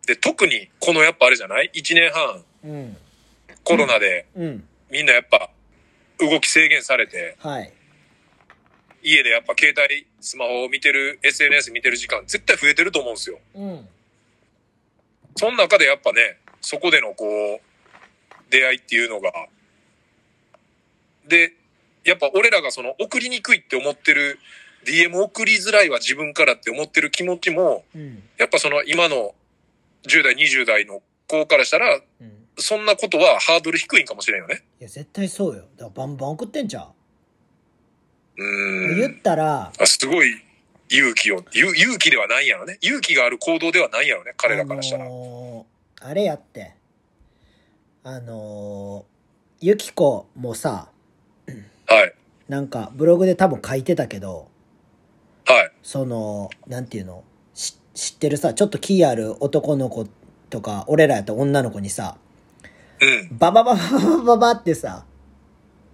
B: で、特にこのやっぱあれじゃない ?1 年半
A: う。うん。
B: コロナで
A: うん。
B: みんなやっぱ動き制限されて、
A: はい。
B: 家でやっぱ携帯、スマホを見てる、SNS 見てる時間絶対増えてると思うんですよ。
A: うん。
B: その中でやっぱね、そこでのこう、出会いっていうのが、で、やっぱ俺らがその送りにくいって思ってる、DM 送りづらいは自分からって思ってる気持ちも、
A: うん。
B: やっぱその今の10代、20代の子からしたら、
A: うん。い
B: そんなことはハードル低いんかもしれんよね。
A: や、絶対そうよ。だからバンバン送ってんちゃう。
B: う
A: 言
B: ー
A: っ
B: ん。
A: たら、
B: あすごい勇気を、ゆ勇気ではないんやろね。勇気がある行動ではないんやろね。彼らからしたら。
A: あのーあれやって。あのー、ゆきこもさ、
B: はい。
A: なんかブログで多分書いてたけど、
B: はい。
A: その、なんていうの、し知ってるさ、ちょっと気ある男の子とか、俺らやった女の子にさ、
B: うん。
A: ババババババババってさ、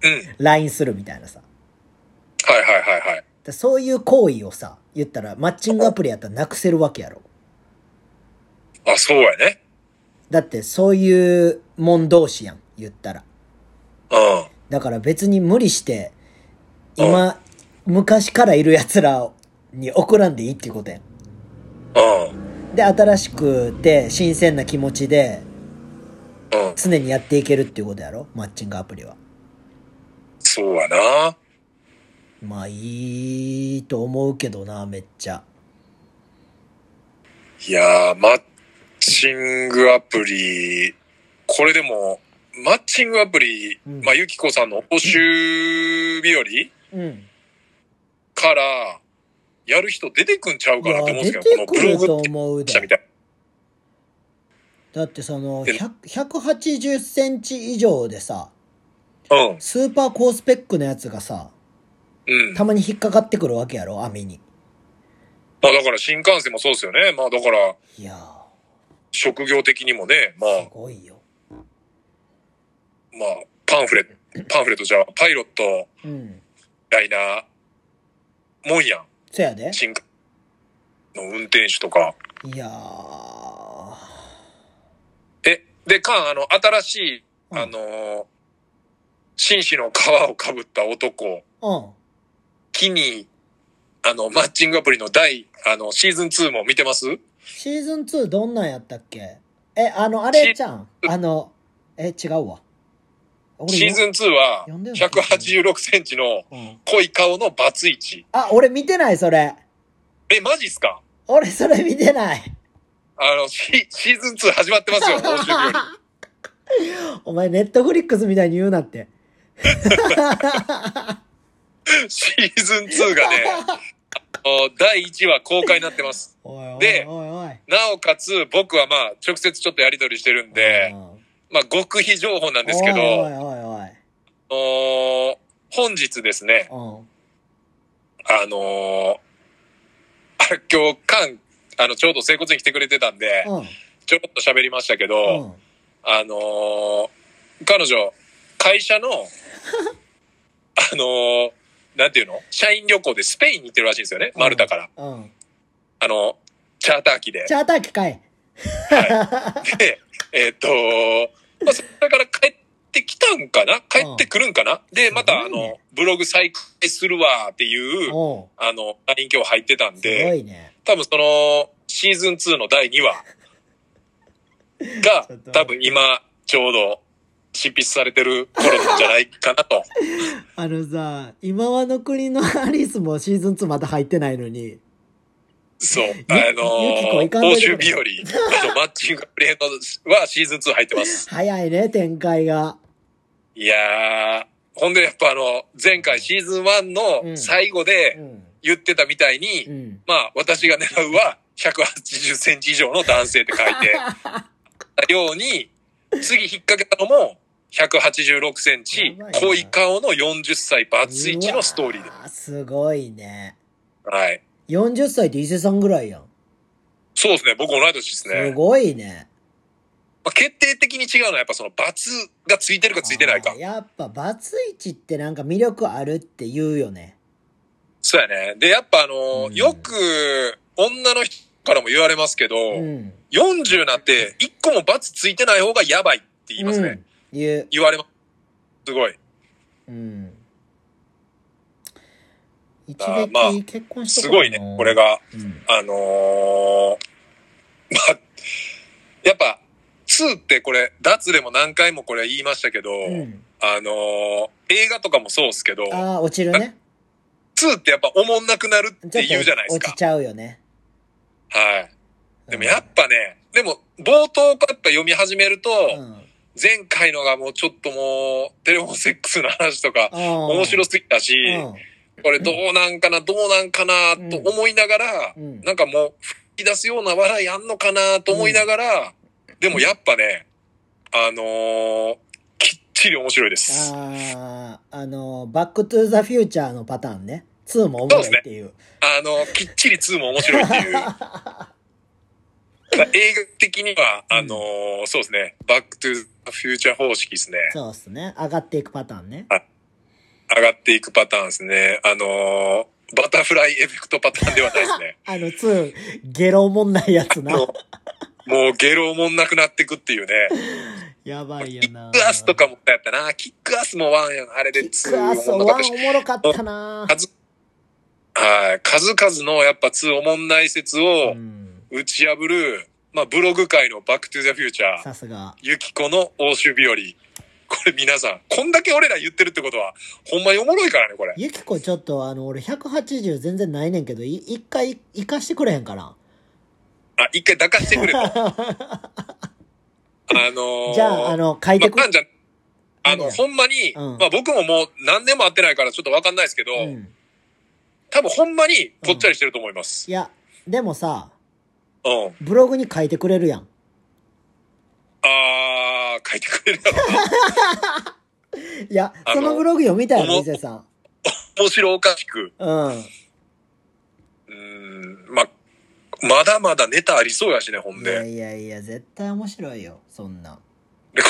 B: うん。
A: LINE するみたいなさ。
B: はいはいはいはい。
A: でそういう行為をさ、言ったら、マッチングアプリやったらなくせるわけやろ。
B: あ、そうやね。
A: だって、そういうもん同士やん、言ったら。
B: うん。
A: だから別に無理して、今、昔からいる奴らに送らんでいいっていうことやん。
B: うん。
A: で、新しくて、新鮮な気持ちで、
B: うん。
A: 常にやっていけるっていうことやろマッチングアプリは。
B: そうやな。
A: まあ、いいと思うけどな、めっちゃ。
B: いやー、マッチングアプリ、これでも、マッチングアプリ、
A: うん
B: まあ、ゆきこさんの報酬日和
A: うん。
B: から、やる人出てくんちゃう
A: い
B: かな
A: や
B: と思うんです
A: 出
B: け
A: て
B: ど、この
A: く
B: ブ
A: ると
B: ログ
A: 思うで
B: したみ。たい。
A: だってその、
B: で
A: 100 180センチ以上でさ、
B: うん。
A: スーパー高スペックのやつがさ、
B: うん。
A: たまに引っかかってくるわけやろ網に。
B: まあ、だから新幹線もそうですよね。まあ、だから、
A: いや
B: 職業的にもね、まあ
A: ー、す、ごいよ。
B: まあ、パンフレット、パンフレットじゃあ、パイロット、
A: うん。
B: ライナー、もんやん。
A: そやで。
B: 新幹線の運転手とか。
A: いやー。
B: え、で、カン、あの、新しい、
A: うん
B: あのー紳士の皮をかぶった男、
A: うん。
B: キニー、あの、マッチングアプリの第、あの、シーズン2も見てます
A: シーズン2どんなんやったっけえ、あの、あれ
B: シ
A: じゃん。あの、え、違うわ。俺
B: シーズン2は、
A: 呼んでんの
B: 186センチの
A: うん
B: 濃い顔のバツイチ。
A: あ、俺見てない、それ。
B: え、マジっすか
A: 俺、それ見てない。
B: あの、シシーズン2始まってますよ、 報酬日よ
A: お前、ネットフリックスみたいに言う なって。
B: り。シーズン2がね、あの第1話公開になってます。
A: おいおい
B: で
A: おいおい。
B: なおかつ、僕はまあ、直接ちょっとやり取りしてるんで
A: う、
B: まあ、極秘情報なん
A: ん
B: ですけど、
A: おいおいおい
B: あのー本日ですね、
A: おい。
B: あのーあれ今日、カン、あの、ちょうど整骨に来てくれてたんで
A: う、ん。うん。
B: ちょろっと喋りましたけど、
A: うん。
B: あのー彼女、会社 の、あのーなんていうの社員旅行でスペインに行ってるらしいんですよね。マルタから。
A: うん。
B: あの、チャーター機で。
A: チャーター機かい。
B: で、えーっと、まあ、それから帰ってきたんかな帰ってくるんかな、で、また、あ
A: すごいね
B: の、ブログ再開するわっていう、
A: おう
B: あの、LINE 今日入ってたん
A: すご
B: で、
A: いね。
B: 多分その、シーズン2の第2話 が
A: ちょっと待って、
B: 多分今、ちょうど、執筆されてる頃なんじゃないかな と。
A: あのさ、今はの国のアリスもシーズン2まだ入ってないのに。
B: そう。あ
A: ゆきこ
B: の
A: 行
B: ー、
A: かんと
B: 報
A: いて
B: 酬
A: くれ
B: 日和、あの、マッチングアプリ編のはシーズン2入ってます。
A: 早いね、展開が。
B: いやー、ほんでやっぱあの、前回シーズン1の最後
A: う
B: で
A: ん。
B: 言ってたみたいに、
A: うん。
B: まあ私が狙うは180センチ以上の男性って書いて、たように、次引っ掛けたのも186セン
A: や
B: チ
A: ばい、な
B: 濃い顔の40歳バツイチのストーリーで
A: うわすごいね。
B: す。はい。
A: 40歳って伊勢さんぐらいやん。
B: そうですね。僕同い年です
A: す
B: ね。
A: ごいね。
B: まあ、決定的に違うのはやっぱそのバツがついてるかついてない
A: あ
B: か
A: ー。やっぱバツイチってなんか魅力あるって言うよね。
B: そうやね。で、やっぱあのー
A: うん
B: よく女の人からも言われますけど、
A: うん。
B: 40なんて1個もバツついてない方がやばいって言いますね。
A: うん。言う。
B: 言われます。すごい。
A: うん。一
B: あーまあ
A: 撃結婚し
B: す
A: とこう
B: ご
A: か
B: い
A: な
B: ね、これ。が。
A: うん。
B: あ のー、まあ、やっぱ、2ってこれ、脱でも何回もこれ言いましたけど、
A: うん、
B: あのー映画とかもそうっすけど、
A: ああ、落ちるね。
B: 2ってやっぱおもんなくなるっ
A: ちょ
B: て
A: っ
B: 言うじゃない
A: と
B: です
A: 落ち
B: か。
A: ちゃうよね。
B: はい。でもやっ
A: ぱ、
B: ぱね、でも冒頭からやっぱ読み始めると、
A: うん
B: 前回のがもうちょっともう、テレフォンセックスの話とか、面
A: 面
B: 白
A: す
B: すぎたし、これどうなんかな、どうなんかな、と思いながら、
A: うんうん
B: なんかもう吹き出すような笑いあんのかな、と思いながら、でもやっぱね、あのーきっちり面白いです。
A: ああ、あの、バックトゥーザフューチャーのパターンね。2も面白いっていう。
B: あの、きっちり2も面白いって いう。だから映画的には、あのーそうですね、バックトゥーフューチャー方式ですね。
A: そうっすね。上がっていくパターンね。
B: 上がっていくパターンですね。あのーバタフライエフェクトパターンではないです ね。
A: あの、2、ゲロおもんないやつな。
B: もうゲロもんなくなってくっていうね。
A: やばいよ
B: キ
A: な
B: ッ。クアスとかもやったな。キックアスもワンやな。あれで
A: キッ
B: ツ
A: ク
B: ー
A: アス、
B: お
A: ワン
B: もんなか
A: お
B: ったし
A: もろかったな。
B: 数、はい。数々のやっぱツーおもんない説を
A: うん
B: 打ち破る、まあブログ界のバックトゥーザフューチャー、
A: さすが。
B: ユキコの欧州日和。これ皆さん、こんだけ俺ら言ってるってことは、ほんまにおもろいからね、これ。
A: ゆきこちょっと、あの、俺180全然ないねんけど、い一回、生かしてくれへん かな。
B: あ、一回抱かしてく れと。あのー、
A: じゃあ、あの、書い
B: ま
A: て
B: あ、
A: く
B: なんじゃ、あ
A: いい
B: の、
A: ね
B: ほんまに、
A: うん
B: まあ僕ももう何年も会ってないからちょっとわかんないですけど、
A: うん。
B: 多分ほんまにぽっちゃりしてると思います
A: い。や、でもさ、
B: うん。
A: ブログに書いてくれるやん。
B: あー、書いてくれるだろうな。
A: いや、
B: あ
A: そ
B: の
A: のブログ読みたい
B: 思
A: な、伊勢さん。
B: 面白おかしく。
A: うん。
B: うーん、まあ、まだまだネタありそうやしね、ほん
A: いや
B: で。
A: いやいや、絶対面白いよ、そんな。
B: でこ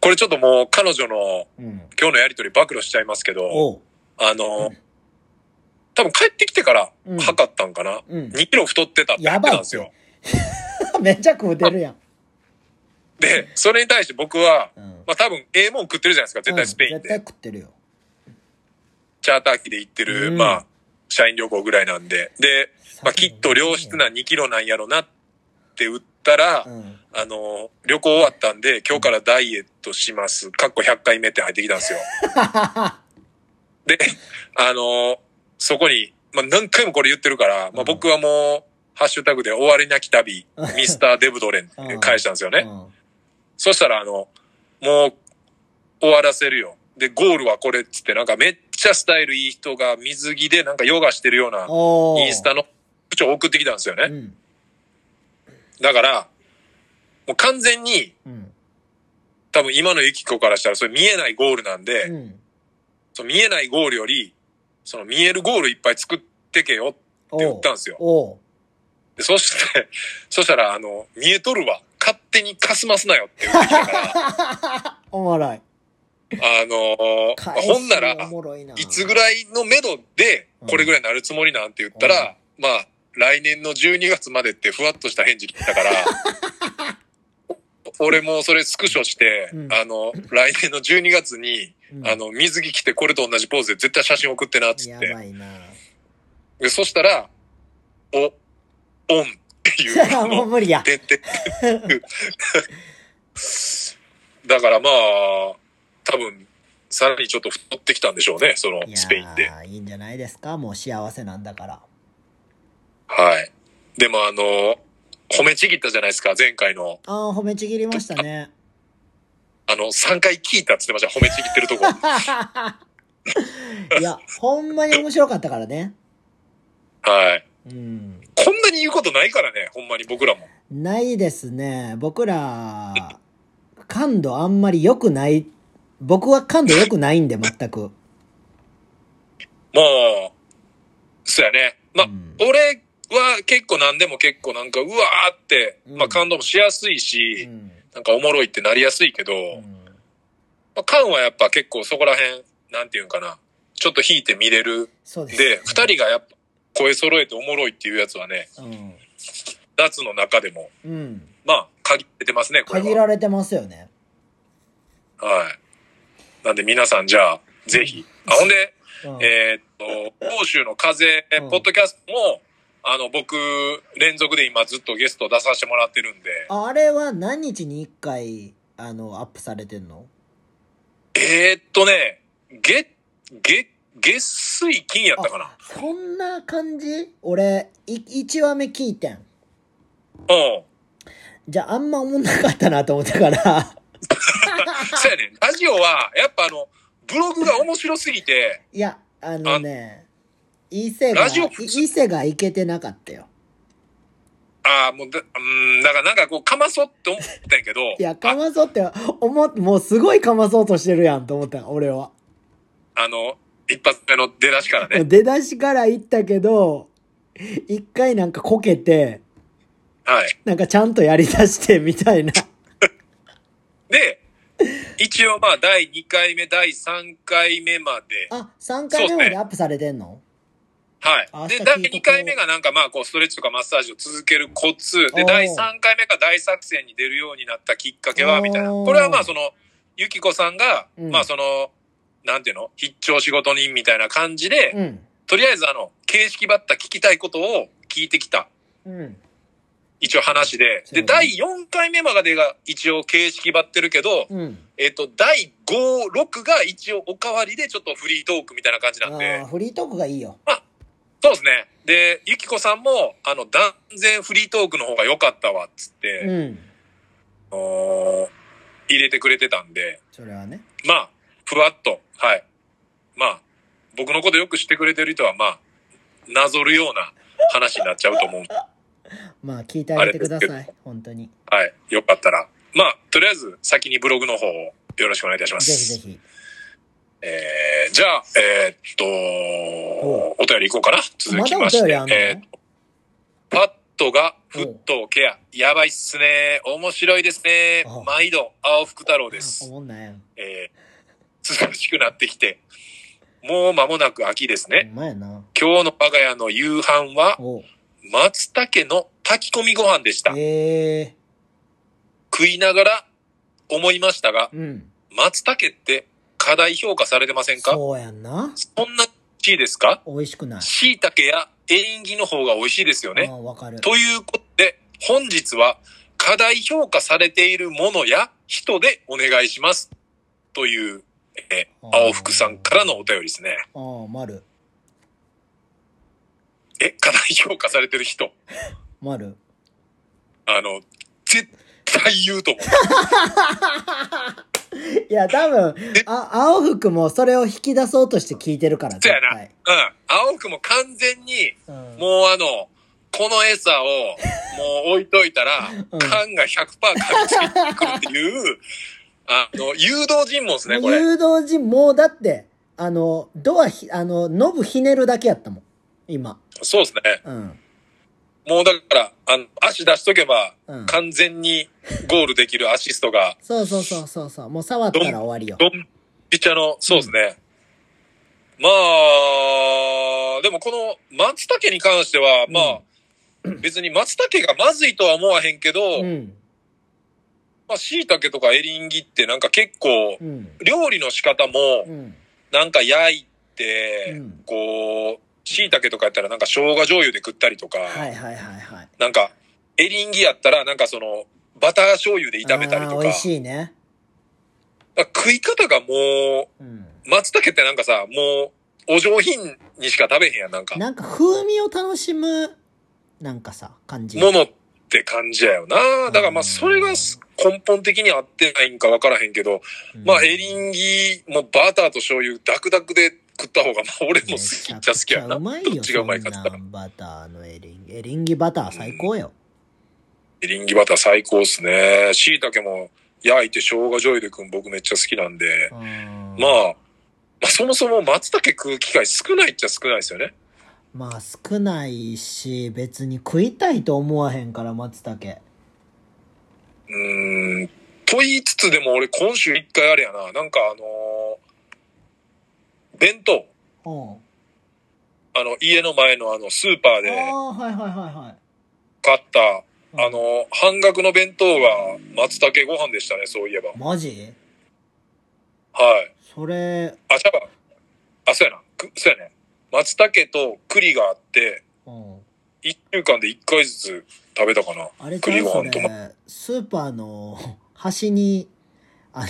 B: これちょっともう彼女の
A: うん。
B: 今日のやりとり暴露しちゃいますけど、
A: おう。
B: あの、多分帰ってきてから
A: うん
B: 測ったんかな。
A: うん。
B: 2キロ太ってたって言ってたんですよ。
A: めっちゃ食うてるやん。
B: で、それに対して僕は、
A: うん。
B: まあ多分、ええもん食ってるじゃないですか。絶対スペイ
A: う
B: ン
A: ん絶対
B: で。
A: 食ってるよ。
B: チャーター機で行ってる、
A: うん
B: まあ、社員旅行ぐらいなんで。で、まあきっと良質な
A: う
B: 2キロなんやろなって売ったら、
A: ん。
B: あの、旅行終わったんで、今日からダイエットします。かっこ100回目って入ってきたんですよ。で、あの、そこに、まあ、何回もこれ言ってるから、ま
A: う
B: あ、
A: ん
B: 僕はもう、ハッシュタグで終わりなき旅、ミスターデブドレンって返したんですよね。
A: うん
B: そしたら、あの、もう、終わらせるよ。で、ゴールはこれっつって、なんかめっちゃスタイルいい人が水着でなんかヨガしてるような、
A: おー
B: インスタの、ちを送ってきたんですよ
A: う
B: ね。
A: ん。
B: だから、もう完全に、
A: うん。
B: 多分今のユキコからしたらそれ見えないゴールなんで、
A: うん。
B: その見えないゴールより、その見えるゴールいっぱい作ってけよ
A: お
B: って言ったん
A: う
B: ですよ。
A: おう
B: でそして、そしたら、あの、見えとるわ。勝手にかすますなよって言ってきたから、あ
A: おもろい。
B: のー
A: 返し
B: ほんなら、
A: おもろいない
B: つぐらいのめどで、これぐらいになるつもりなんて言ったら、まあ、来年の12月までってふわっとした返事来た から、お俺もそれスクショして、
A: うん
B: あの、来年の12月に、
A: うん
B: あの、水着着てこれと同じポーズで絶対写真送ってな、っつっ
A: や
B: て。
A: ばいな。
B: で、そしたら、お、オンっていうあ
A: もう
B: の、
A: 無理や。
B: てんてんだからまあ、多分、さらにちょっと太ってきたんでしょうね、その
A: いや
B: スペインで。
A: ーいいんじゃないですかもう幸せなんだから。
B: はい。でもあの、褒めちぎったじゃないですか、前回の。
A: ああ、褒めちぎりましたね。
B: あの、3回聞いたっつってました。褒めちぎってる とこ。はい
A: や、ほんまに面白かったからね。
B: い。
A: うん。
B: こんなに言うことないからね、ほんまに僕らも。
A: ないですね。僕ら、感度あんまり良くない。僕は感度良くないんで、全く。
B: もう、そうやね。まあ、
A: うん
B: 俺は結構何でも結構なんか、うわーって、
A: うん
B: まあ感動もしやすいうし、
A: ん。
B: なんかおもろいってなりやすいけど、
A: うん
B: まあ、カンはやっぱ結構そこら辺、なんていうんかな、ちょっと引いて見れる。
A: そうです。
B: で、二人がやっぱ声揃えておもろいっていうやつはね、
A: うん。
B: 夏の中でも、
A: うん。
B: まあ、限っててますね、これ
A: 限
B: は。
A: られてますよね。
B: はい。なんで皆さんじゃあ、ぜひ。あ、ほんで、
A: うん
B: えーっと、欧州の風
A: う、ん
B: ポッドキャストも、あの、僕、連続で今ずっとゲスト出させてもらってるんで、
A: あれは何日に1回、あの、アップされてんの
B: えーっとね、月、月、月水金やったかな。
A: そんな感じ俺、い1話目聞いてん。
B: うん。
A: じゃあ、あんま思んなかったなと思った から。
B: そうやねん。ラジオは、やっぱあの、ブログが面白すぎて、
A: いや、あのね、伊勢が、
B: ラジオ
A: い伊勢がいけてなかったよ。
B: ああ、もうだ、うん、だからなんかこう、かまそうって思ったんやけど、
A: いや、かまそうって思っもうすごいかまそうとしてるやんと思った、俺は。
B: ああの、一発目の出だしから ね。
A: 出だしから言ったけど、一回なんかこけて、
B: はい。
A: なんかちゃんとやりだしてみたいな。
B: で、一応まあ、第2回目、第3回目まで、
A: あ、3回目までアップされてんの
B: は
A: あ
B: い。で、
A: さっ
B: 第
A: きのとこ
B: 2回目がなんかまあ、こう、ストレッチとかマッサージを続けるコツ。
A: お
B: で、
A: ー
B: 第3回目が大作戦に出るようになったきっかけは、みたいな。
A: おー
B: これはまあ、その、ゆきこさんが、
A: うん
B: まあ、その、なんていうの必聴仕事人みたいな感じで、
A: うん。
B: とりあえずあの、形式ばった聞きたいことを聞いてきた。
A: うん。
B: 一応話で。
A: そう
B: で、
A: ね
B: 第4回目までが一応形式ばってるけど、
A: うん。
B: えっと、第5、6が一応おかわりでちょっとフリートークみたいな感じなんで。
A: ああ、フリートークがいいよ。
B: そうですね。で、ゆきこさんも、あの、断然フリートークの方が良かったわ、っつっ
A: う
B: て、
A: ん。
B: あのー入れてくれてたんで、
A: それはね。
B: まあ、ふわっと、はい。まあ、僕のことよく知ってくれてる人は、まあ、なぞるような話になっちゃうと思 うんで。
A: まあ、聞いてあげてください。本当に。
B: はい。よかったら。まあ、とりあえず、先にブログの方をよろしくお願いいたしま
A: ぜひ
B: す。
A: ぜひ。
B: えー、じゃあ、えーっと、
A: お
B: お便りいこうかな。続
A: ま
B: き
A: だお
B: まし
A: 便
B: て、
A: りあんの、
B: えーパットがフットをケア。やばいっすね。面白いですね
A: お。
B: 毎度、青福太郎です。
A: 思んないよ。
B: えー、涼しくなってきて、もう間もなく秋ですね。
A: ほんまやな。
B: 今日の我が家の夕飯は、
A: お
B: 松茸の炊き込みご飯でした。
A: ええ
B: 食いながら思いましたが、
A: うん。
B: 松茸って過大評価されてませんか
A: そうやんな。
B: そんな地位ですか
A: 美味しくない。
B: 椎茸や縁起の方が美味しいですよね
A: あ。あ、わかる。
B: ということで、本日は課題評価されているものや人でお願いします。という、えー
A: あー
B: 青福さんからのお便りですね。
A: ああ、丸。
B: え、課題評価されてる人。
A: 丸。
B: あの、絶対言うと思う。
A: いや、多分、あ、青服もそれを引き出そうとして聞いてるから、
B: そうやな
A: 絶
B: うん。青福も完全に、
A: 対うん。
B: もうあの、この餌を、もう置いといたら、
A: うん
B: 缶が100%噛みついてくるっていう、あの、誘導尋問ですね、これ。
A: 誘導人、もうだって、あの、ドアひ、あの、ノブひねるだけやったもん。今。
B: そうですね。
A: うん。
B: もうだから、あの、足出しとけば、
A: うん
B: 完全にゴールできるアシストが、
A: そうそうそうそうそう。もう触ったら終わりよ。
B: ドンピチャの、そうですね。まあ、でもこの松茸に関しては、まあ、別に松茸がまずいとは思わへんけど、
A: うん。
B: まあ、椎茸とかエリンギってなんか結構、
A: うん。
B: 料理の仕方も
A: う、ん。
B: なんか焼いて、
A: うん
B: こう、椎茸とかやったらなんか生姜醤油で食ったりとか、
A: はいはいはいはい。
B: なんか、エリンギやったらなんかその、バター醤油で炒めたりと
A: あ
B: か
A: ー美。味しいね。
B: だから食い方がも
A: うん。
B: う、松茸ってなんかさ、もう、お上品にしか食べへんやん、なんか。も
A: なんか風味を楽しむ、なんかさ、感じ。
B: のって感じやよな。だからまあ、それがす、根本的に合ってないんかわからへんけど、まあエリンギもバターと醤油ダクダクで食った方が、まあ俺も好きっちゃ好きやな。
A: めちゃくちゃうまいよ。
B: どっちがうまいかって言ったら
A: そんなんバターのエリンギ。エリンギバター最高よ。
B: エリンギバター最高っすね。椎茸も焼いて生姜醤油でくん僕めっちゃ好きなんで。
A: うん
B: まあ、まあそもそも松茸食う機会少ないっちゃ少ないですよね。
A: まあ少ないし、別に食いたいと思わへんから、松茸。
B: うーん。と言いつつでも俺今週一回あれやな。なんかあのー弁当。
A: うん。
B: あの、家の前のあの、スーパーで
A: ああ、はいはいはいはい。
B: 買った、
A: うん
B: あの、半額の弁当が松茸ご飯でしたね、そういえば。
A: マジ
B: はい。
A: それ、
B: あ、じゃあ、あ、そうやな。くそうやね。松茸と栗があって、
A: うん。
B: 一週間で一回ずつ食べたかな。
A: あれじゃ
B: 栗
A: ん
B: ご
A: そ
B: 飯とま、
A: れ、スーパーの端に、あの、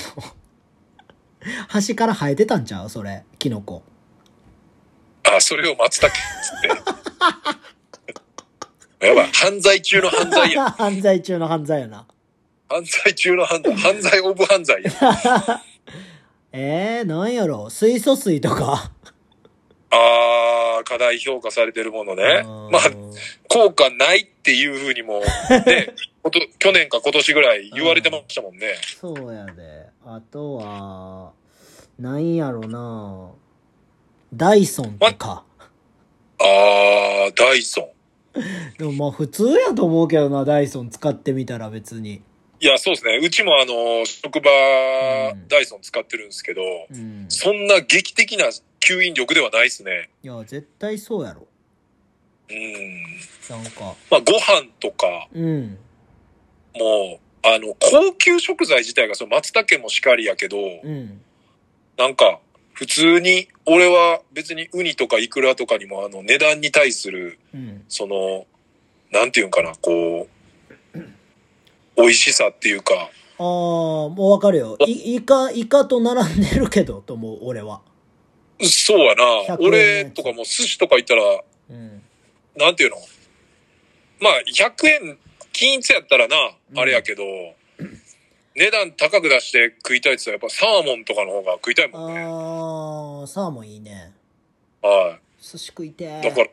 A: 端から生えてたんちゃうそれ、キノコ。
B: あ、それを松茸っつって。や ばい。犯罪中の犯罪や。
A: 犯罪中の犯罪やな。
B: 犯罪中の犯罪。犯罪オブ犯罪や。
A: えー、なんやろ水素水とか。
B: あー、過大評価されてるものね。
A: うん
B: まあ、効果ないっていうふうにも、ね、 こと去年か今年ぐらい言われてましたもんね。
A: そうやで。あとは、なんやろなダイソンとか。
B: あー、ダイソン。
A: でもまあ普通やと思うけどな、ダイソン使ってみたら別に。
B: いや、そうですね。うちもあの、職場、
A: ん
B: ダイソン使ってるんですけど、
A: うん。
B: そんな劇的な吸引力ではないですね。
A: いや、絶対そうやろ。
B: うん。
A: なんか。
B: まあ、ご飯とか
A: うん。
B: も、あの、高級食材自体が、その松茸もしかりやけど、
A: うん。
B: なんか、普通に、俺は別にウニとかイクラとかにも、あの、値段に対する、
A: うん。
B: その、なんていうんかな、こう、美味しさっていうか、
A: ああ、もうわかるよ。いイカ、イカと並んでるけど、と思う、俺は。
B: そうやな。
A: 100円のやつ
B: 俺とかも寿司とか行ったら、
A: うん。
B: なんていうのまあ、100円均一やったらな、
A: ん
B: あれやけど、値段高く出して食いたいって言ったら、やっぱサーモンとかの方が食いたいもんね。
A: ああ、サーモンいいね。
B: は
A: 寿司食いて
B: い。
A: ー。
B: だから、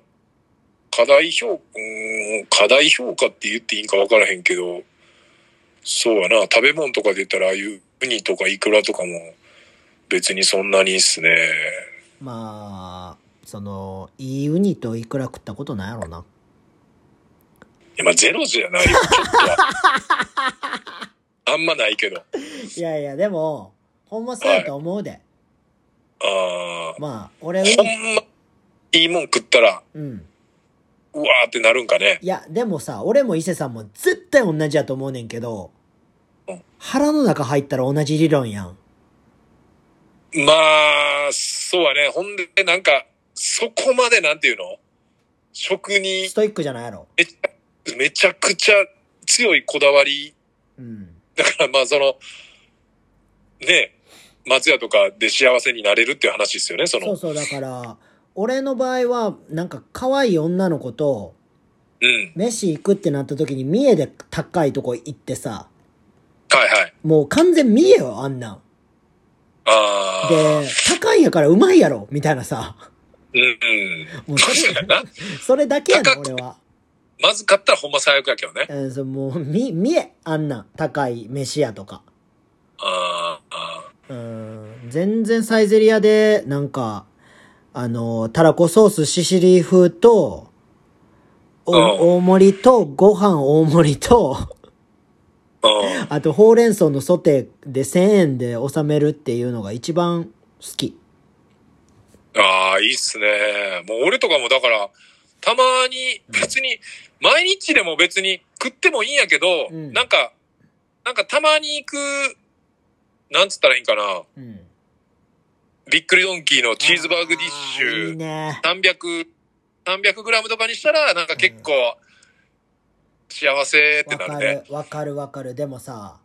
B: 課題評、うーん、課題評価って言っていいんか分からへんけど、そうやな、食べ物とかで言ったら、ああいうウニとかイクラとかも、別にそんなにっすね。
A: まあ、その、いいウニとイクラ食ったことないやろな。
B: いや、まあ、ゼロじゃないよ、ちょっとは。あんまないけど。
A: いやいや、でも、ほんまそうやと思うで。
B: ああ。
A: まあ、俺ウ
B: ほ
A: ニ、
B: んま、いいもん食ったら、
A: うん。
B: うわーってなるんかね。
A: いや、でもさ、俺も伊勢さんも絶対同じやと思うねんけど
B: うん、
A: 腹の中入ったら同じ理論やん。
B: まあ、そうはね。ほんで、なんか、そこまでなんていうの食に
A: ストイックじゃないやろ。
B: めちゃめちゃくちゃ強いこだわり。
A: うん。
B: だからまあその、ね、松屋とかで幸せになれるっていう話ですよね、そ
A: そう
B: の。
A: そう、だから、俺の場合は、なんか可愛い女の子と、
B: うん。
A: 飯行くってなった時に、三重で高いとこ行ってさ、
B: はいはい。
A: もう完全三重よ、あんなん。
B: ああ。
A: で、高いんやからうまいやろ、みたいなさ。
B: うんうん。
A: もうそ
B: 確か
A: れ
B: にな。
A: それだけやねん、
B: 高く
A: 俺は。
B: まずかったらほんま最悪やけどね。
A: うん、そう、もう、み、見え、あんなん、高い飯屋とか。
B: あーあー。
A: うん、全然サイゼリアで、なんか、あの、たらこソースシシリ風と、
B: うん
A: お大盛りと、ご飯大盛りと、
B: うん
A: あと、ほうれん草のソテーで1000円で収めるっていうのが一番好き。
B: ああ、いいっすね。もう俺とかもだから、たまに別に、毎日でも別に食ってもいいんやけど、
A: うん
B: なんか、なんかたまに行く、なんつったらいいんかな。
A: うん。
B: びっくりドンキーのチーズバーグディッシ
A: いい
B: ュ、
A: ね。
B: 300、300グラムとかにしたら、なんか結構、幸せって
A: わ
B: なる
A: か
B: ね
A: る。、わかる、わかる。でもさ、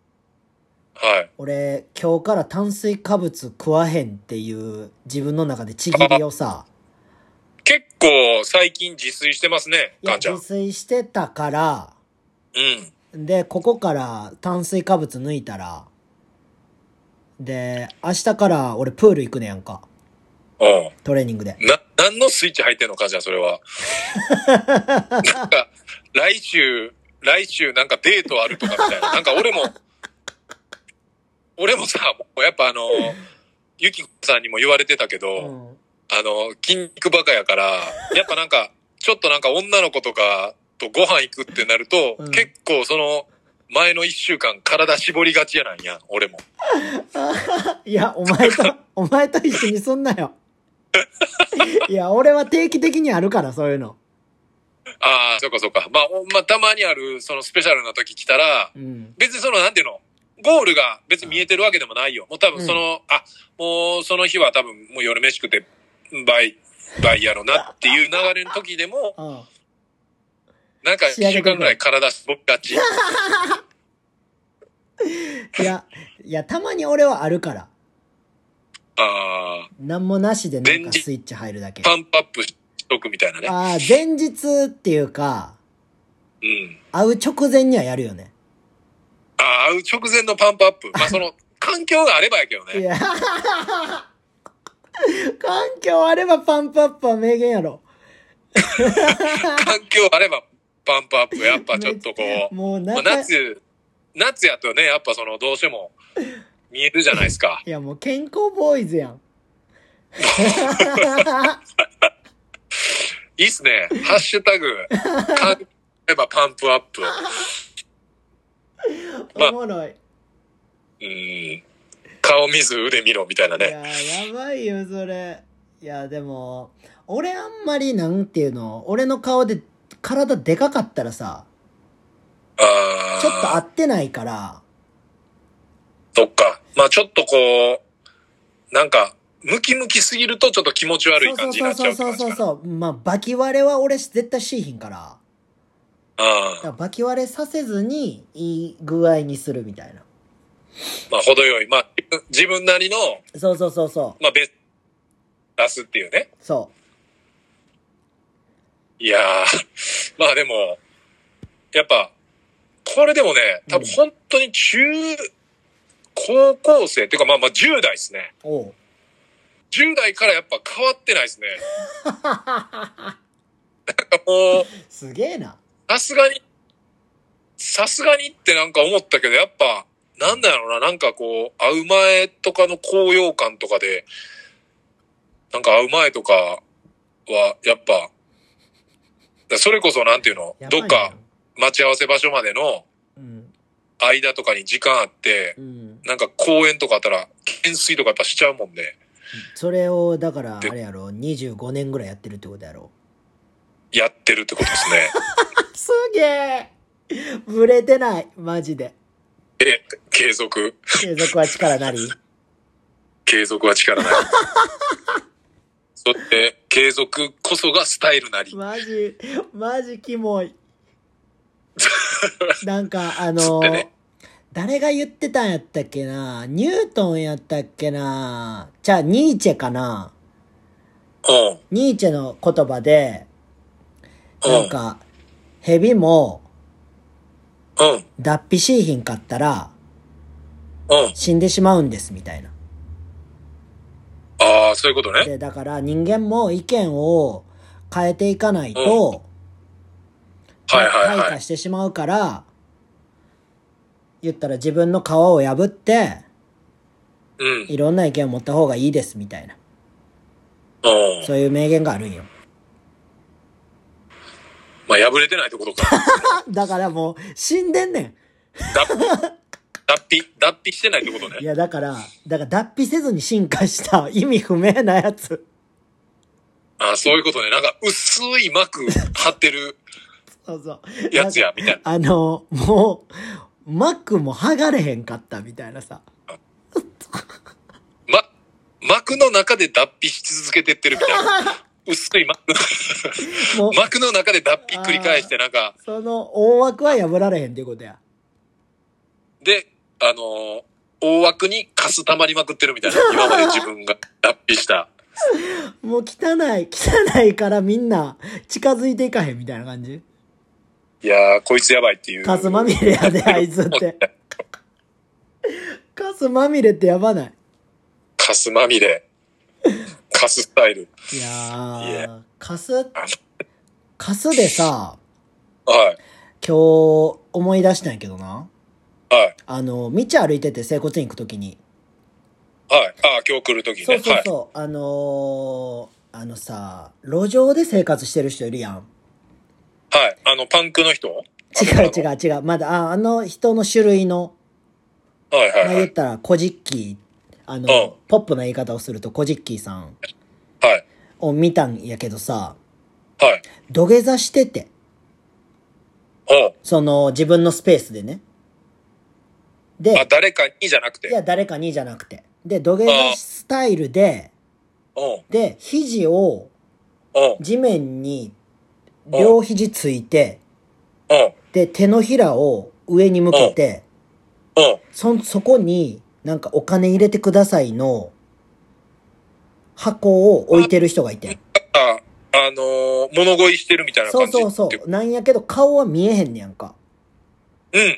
B: はい。
A: 俺、今日から炭水化物食わへんっていう自分の中でちぎりをさ、
B: 結構最近自炊してますね、
A: いや
B: 母ちゃん。
A: 自
B: うん。
A: 炊してたから、で、ここから炭水化物抜いたら、で、明日から俺プール行くねやんか。
B: う
A: トレーニングで。
B: ん。な、何のスイッチ入ってんのかじゃあ、それは。なんか、来週、来週なんかデートあるとかみたいな。なんか俺も、俺もさ、もうやっぱ あの、ゆきこさんにも言われてたけ
A: う
B: ど、
A: ん。
B: あの、筋肉バカや から、やっぱなんか、ちょっとなんか女の子とかとご飯行くってなると、
A: うん
B: 結構その、前の一週間体絞りがちやなんや、俺も。
A: いや、お前と、お前と一緒にすんなよ。いや、俺は定期的にあるから、そういうの。
B: ああ、そうかそうか。まあ、おまあ、たまにある、そのスペシャルな時来たら、
A: うん。
B: 別にその、なんていうの、ゴールが別に見えてるわけでもないよ。もう多分その、あ、もうその日は多分もう夜飯食って、バイ、バイやろなっていう流れの時でも、
A: うん。
B: なんか一週間ぐらい体絞りが ち。
A: いや、いや、たまに俺はあるから。
B: ああ、
A: なんもなしでなん
B: 前
A: か
B: 日
A: スイッチ入るだけ。あ
B: パンプアップしとくみたいなね。
A: あー、前日っていうか、
B: うん。
A: 会う直前にはやるよね。
B: ああ、会う直前のパンプアップ。まあそ の、環境があればやけど
A: い
B: ね。
A: や、 環境あればパンプアップは名言やろ。
B: 環境あればパンプアップ。やっぱちょっとこう、
A: もう
B: まあ、
A: 仲、
B: 夏、夏やとね、やっぱその、どうしても見えるじゃないですか。
A: いやもう健康ボーイズやん。
B: いいっすね。ハッシュタグ、かんればパンプアップ。 まあ
A: おもろ
B: う
A: い。
B: ん。顔見ず腕見ろみたいない
A: や
B: ね。
A: やばいよそれいやでも俺あんまりなんていうの俺の顔で体でかかったらさ
B: あ
A: ちょっと合
B: あ、
A: ってないから
B: そっか。まあちょっとこう、なんか、ムキムキすぎるとちょっと気持ち悪い
A: そ
B: 感
A: う
B: じにな
A: そう
B: っちゃ
A: そううそうそうう
B: そう。
A: そうまあバキ割れは俺絶対しいひんからだか
B: ああ
A: らバキ割れさせずにいい具合にするみたいな
B: まあ程よい。まあ自分なりの、
A: そうそうそうそ
B: まあベスト出すっていうね。
A: うそ
B: いやー、 まあでも、やっぱ、これでもね、多分
A: うん
B: 本当に中、高校生っていうかまあまあ10代ですね
A: う。おう
B: 10代からやっぱ変わってないですね。なんかもう、
A: すげえな
B: さすがに、さすがにってなんか思ったけど、やっぱ、なんだろうな、なんかこう、会う前とかの高揚感とかで、なんか会う前とかは、やっぱ、それこそなんていうの
A: や、ばい
B: ど
A: な
B: っか待ち合わせ場所までの
A: うん
B: 間とかに時間あって、
A: うん
B: なんか公園とかあったら、懸垂とかやっぱしちゃうもんね。
A: それをだからあれやろ25年ぐらいやってるってことやろ
B: やってるってことです ね。
A: すげえぶれてないマジで
B: え、継続。
A: 継続は力なり
B: 継続は力な り。そして、継続こそがスタイルなり。
A: マジマジキ モいなんかあの
B: つってね
A: 誰が言ってたんやったっけなニュートンやったっけなじゃあニーチェかな
B: うん。
A: ニーチェの言葉で
B: う
A: なんか蛇も
B: ん。うん。
A: 脱皮しいひんかったら
B: うん。
A: 死んでしまうんですみたいな
B: ああ、そういうことね。
A: でだから人間も意見を変えていかないと、
B: はいはいは
A: 退化
B: い。
A: してしまうから言ったら自分の皮を破って
B: うん。
A: いろんな意見を持った方がいいですみたいな
B: うん。
A: そういう名言があるんよ
B: まあ、破れてないってこと か。
A: あだからもう死んでんねん
B: 脱皮、脱皮、脱皮してないってこと
A: い
B: ね。
A: やだからだから脱皮せずに進化した意味不明なやつ
B: ああ、そういうことね。なんか、薄い膜張ってる
A: そうそう
B: やつや、みたいな。
A: あのもうマックも剥がれへんかったみたいなさ
B: ま、膜の中で脱皮し続けてってるみたいな。 薄い膜、
A: もう
B: 膜の中で脱皮繰り返して、なんか、
A: その大枠は破られへんっていうことや
B: で、あのー大枠にカス溜まりまくってるみたい な。今まで自分が脱皮した。
A: もう汚い汚いからみんな近づいていかへんみたいな感じ
B: いやー、こいつやばいっていう。
A: カスまみれ やで、あいつって。カスまみれってやばない。
B: カスまみれ。カススタイル。
A: いや
B: い
A: ー
B: や、
A: カス、カスでさ、
B: はい。
A: 今日思い出したんやけどな。
B: はい。
A: あの、道歩いてて整骨院行くときに。
B: はい。ああ、今日来るときね。
A: そうそう
B: はい。
A: そう。あのー、あのさ、路上で生活してる人いるやん。
B: はい。あの、パンクの人
A: 違う違
B: う。
A: う違う。まだ、ああの人の種類の、
B: はいは
A: まあ、
B: いは
A: 言っ
B: い。
A: たら、コジッキー、あ
B: うん
A: の、ポップな言い方をすると、コジッキーさん
B: はい。
A: を見たんやけどさ、
B: はい。
A: 土下座してて、
B: おう
A: その、自分のスペースでね。で、
B: あ、誰かにじゃなくて。
A: いや、誰かにじゃなくて。で、土下座スタイルで、
B: おうん。
A: で、肘を
B: おうん。
A: 地面に、両肘ついて、
B: おうん。
A: で、手のひらを上に向けて、
B: おうん。
A: そ、そこになんかお金入れてくださいの箱を置いてる人がいて。
B: あ、あのー、物乞いしてるみたいな
A: そ
B: 感
A: う
B: じ。
A: そうそう。なんやけど顔は見えへんねやんか。
B: う。うん。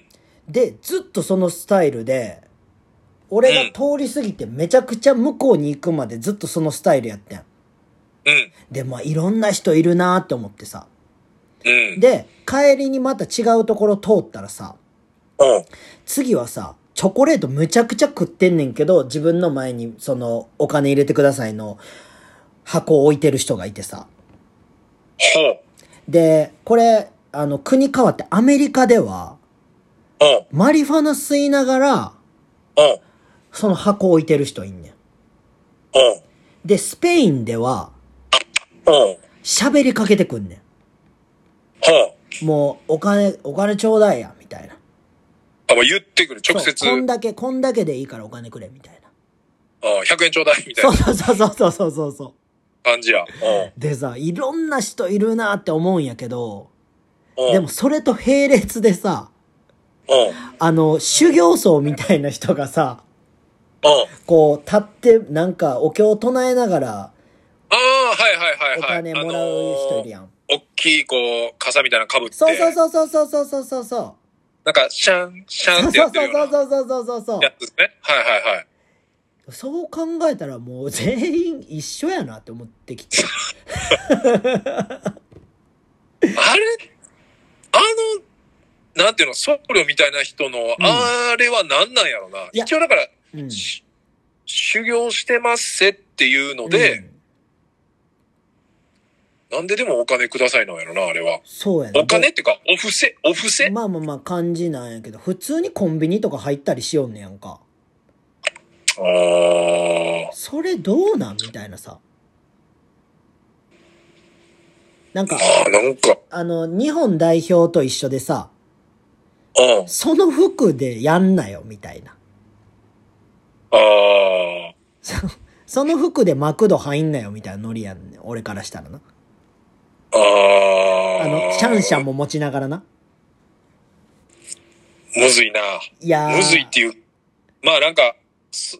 A: で、ずっとそのスタイルで、俺が通り過ぎてめちゃくちゃ向こうに行くまでずっとそのスタイルやってん。
B: うん。
A: で、まあいろんな人いるなーって思ってさ。
B: うん。
A: で、帰りにまた違うところ通ったらさ、
B: おうん。
A: 次はさ、チョコレートむちゃくちゃ食ってんねんけど、自分の前にそのお金入れてくださいの箱を置いてる人がいてさ。
B: ほう。
A: で、これ、あの、国変わってアメリカでは、
B: おうん。
A: マリファナ吸いながら、
B: おうん。
A: その箱を置いてる人いんねん。
B: おうん。
A: で、スペインでは、
B: おうん。
A: 喋りかけてくんね
B: ほう。
A: ん。もう、お金、お金ちょうだいや、みたいな。
B: あ、もう言ってくる。直接。
A: そうこん
B: あ
A: だけ、こんだけでいいからお金くれ、みたいな。
B: 100円ちょうだいみたい
A: そう
B: な
A: そうそうそうそうそうそう。
B: 感じや。う
A: でさ、いろんな人いるなって思うんやけど、
B: ん。うん。
A: でもそれと並列でさ、
B: うん。うん。
A: あの、修行僧みたいな人がさ、こう、立って、なんか、お経を唱えながら、
B: ああ、はいはいはいはい。
A: お金もらう人いるやん。
B: 大きい、こう、傘みたいなの被って。
A: そうそうそうそうそうそうそうそうそう。
B: なんか、シャン、シャン
A: そ
B: っ
A: う
B: てや
A: そ
B: っ
A: う
B: てるような
A: そうそうそうそうそう
B: やつですね。はいはいはい。
A: そう考えたらもう全員一緒やなって思ってきて。
B: あれあの、なんていうの、僧侶みたいな人の、あれは何なんやろな。
A: い や
B: 一応だから、
A: うん。
B: し修行してますせっていうので、
A: うん
B: なんででもお金くださいなんやろな、あれは。
A: そうやな。
B: お金っていうか、お布施、お布施
A: まあまあまあ感じなんやけど、普通にコンビニとか入ったりしよんねやんか。
B: ああ。
A: それどうなんみたいなさ。なんか、
B: ああ、なんか、
A: あの、日本代表と一緒でさ、
B: うん。
A: その服でやんなよ、みたいな。
B: ああ。
A: そその服でマクド入んなよ、みたいなノリやんねん俺からしたらな。
B: あ
A: あ
B: あ
A: の、シャンシャンも持ちながらな。
B: むずいな。
A: いやー。
B: むずいっていう。まあなんか、そ、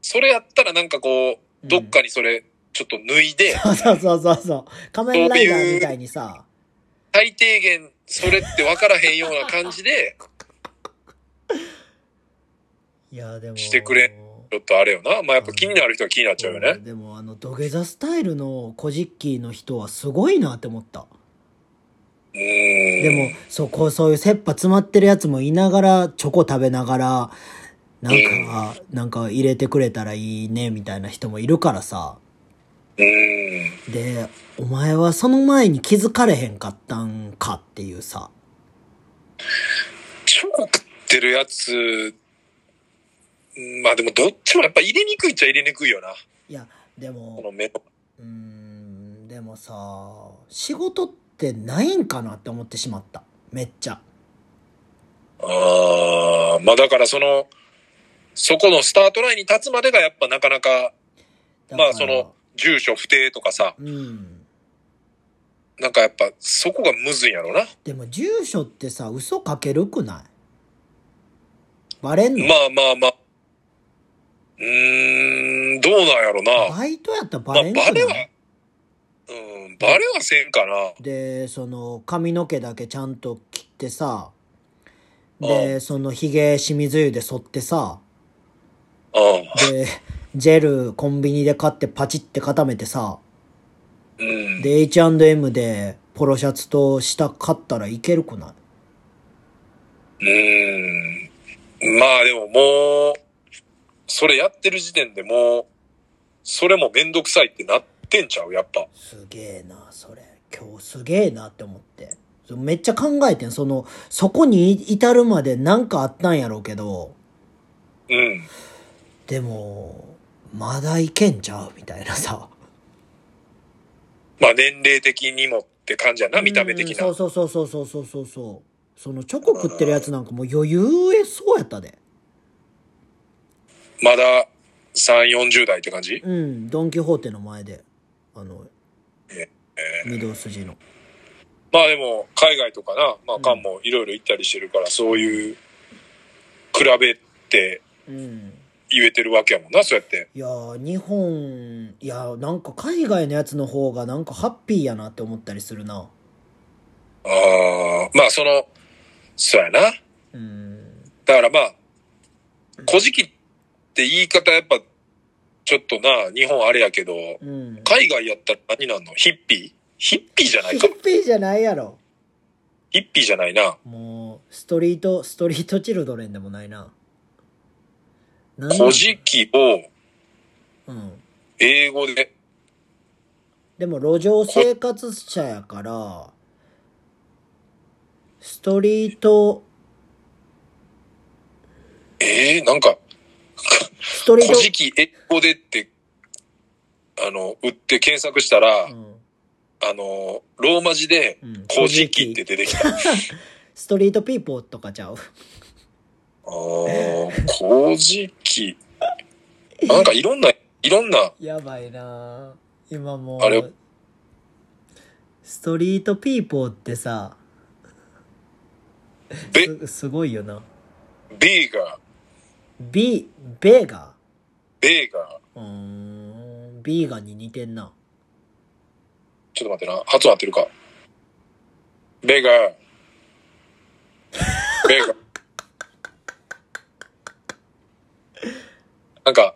B: それやったらなんかこ
A: う
B: う、
A: ん
B: どっかにそれ、ちょっと脱い で、
A: そうそうそうそうそう。仮面ライダーみたいにさ、
B: 最低限、それって分からへんような感じで、
A: いや、でも。
B: してくれちょっとあれよな。まあやっぱ気になる人は気になっちゃうよね。
A: でも、あの、土下座スタイルのコジッキーの人はすごいなって思った。
B: うーん。
A: でも、そう、こう、そういう切羽詰まってるやつもいながら、チョコ食べながら、なんか、なんか入れてくれたらいいね、みたいな人もいるからさ。
B: うーん。
A: で、お前はその前に気づかれへんかったんかっていうさ。
B: チョコ食ってるやつ、うんまあでもどっちもやっぱ入れにくいっちゃ入れにくいよな。
A: いや、でも
B: こ、の目の。
A: うーんでもさ仕事ってないんかなって思ってしまっためっちゃ
B: ああ、まあだからその、そこのスタートラインに立つまでがやっぱなかなか、
A: だから
B: まあその、住所不定とかさ、
A: うん
B: なんかやっぱそこがむずいんやろな。
A: でも住所ってさ嘘かけるくないバレんの、
B: まあまあまあ。うーん、どうなんやろな。
A: バイトやったらバ
B: まあ
A: レんくな
B: バ
A: い、
B: レは、うん、バレはせんかな。
A: でその髪の毛だけちゃんと切ってさでそのひげ清水湯で剃ってさ
B: うん。
A: でジェルコンビニで買ってパチって固めてさ
B: うん。
A: で H&M でポロシャツと下買ったらいけるくない
B: うん。まあでももう、それやってる時点でもう、それもめんどくさいってなってんちゃうやっぱ。
A: すげえなそれ今日すげえなって思ってそうめっちゃ考えてんそのそこに至るまで何かあったんやろうけど
B: うん。
A: でもまだいけんちゃうみたいなさ
B: まあ年齢的にもって感じやな、見た目的な。
A: う
B: うん
A: そうそうそうそうそうそうそうそのチョコ食ってるやつなんかもう余裕えそうやったで
B: まだ3、40代って感じ
A: うんドン・キホーテの前であの
B: え
A: 御堂筋の
B: まあでも、海外とかな、まあカンもいろいろ行ったりしてるから、そういう、比べて
A: うん
B: 言えてるわけやもんな、そうやって。
A: いやー日本いやーなんか海外のやつの方がなんかハッピーやなって思ったりするな
B: ああ、まあその、そうやな。
A: うん
B: だからまあ、古事記って言い方やっぱ、ちょっとな、日本あれやけど、
A: うん
B: 海外やったら何なんのヒッピーヒッピーじゃない
A: ヒ
B: か。
A: ッピーじゃないやろ
B: ヒッピーじゃないな。
A: もうストリートストリートチルドレンでもないななんだ
B: 古事記を
A: うん
B: 英語で、
A: でも路上生活者やから、ストリート、
B: ええなんか、
A: ストリー
B: 古事
A: ト、
B: 記英語でって、あの、打って検索したら、
A: うん
B: あの、ローマ字で、
A: うん
B: 古事記って出てきた。あ
A: ストリートピーポーとかちゃう。
B: ー古事記。なんかいろんな、いろんな、
A: やばいなぁ今も
B: あれ
A: う、ストリートピーポーってさ、
B: べ、
A: すすごいよな。
B: ベーガー、
A: ビ、ベーガ
B: ベーガー。
A: ーうーん、ビーガンに似てんな。
B: ちょっと待ってな。発音合ってるか。ベ ガー。ベガー。なんか、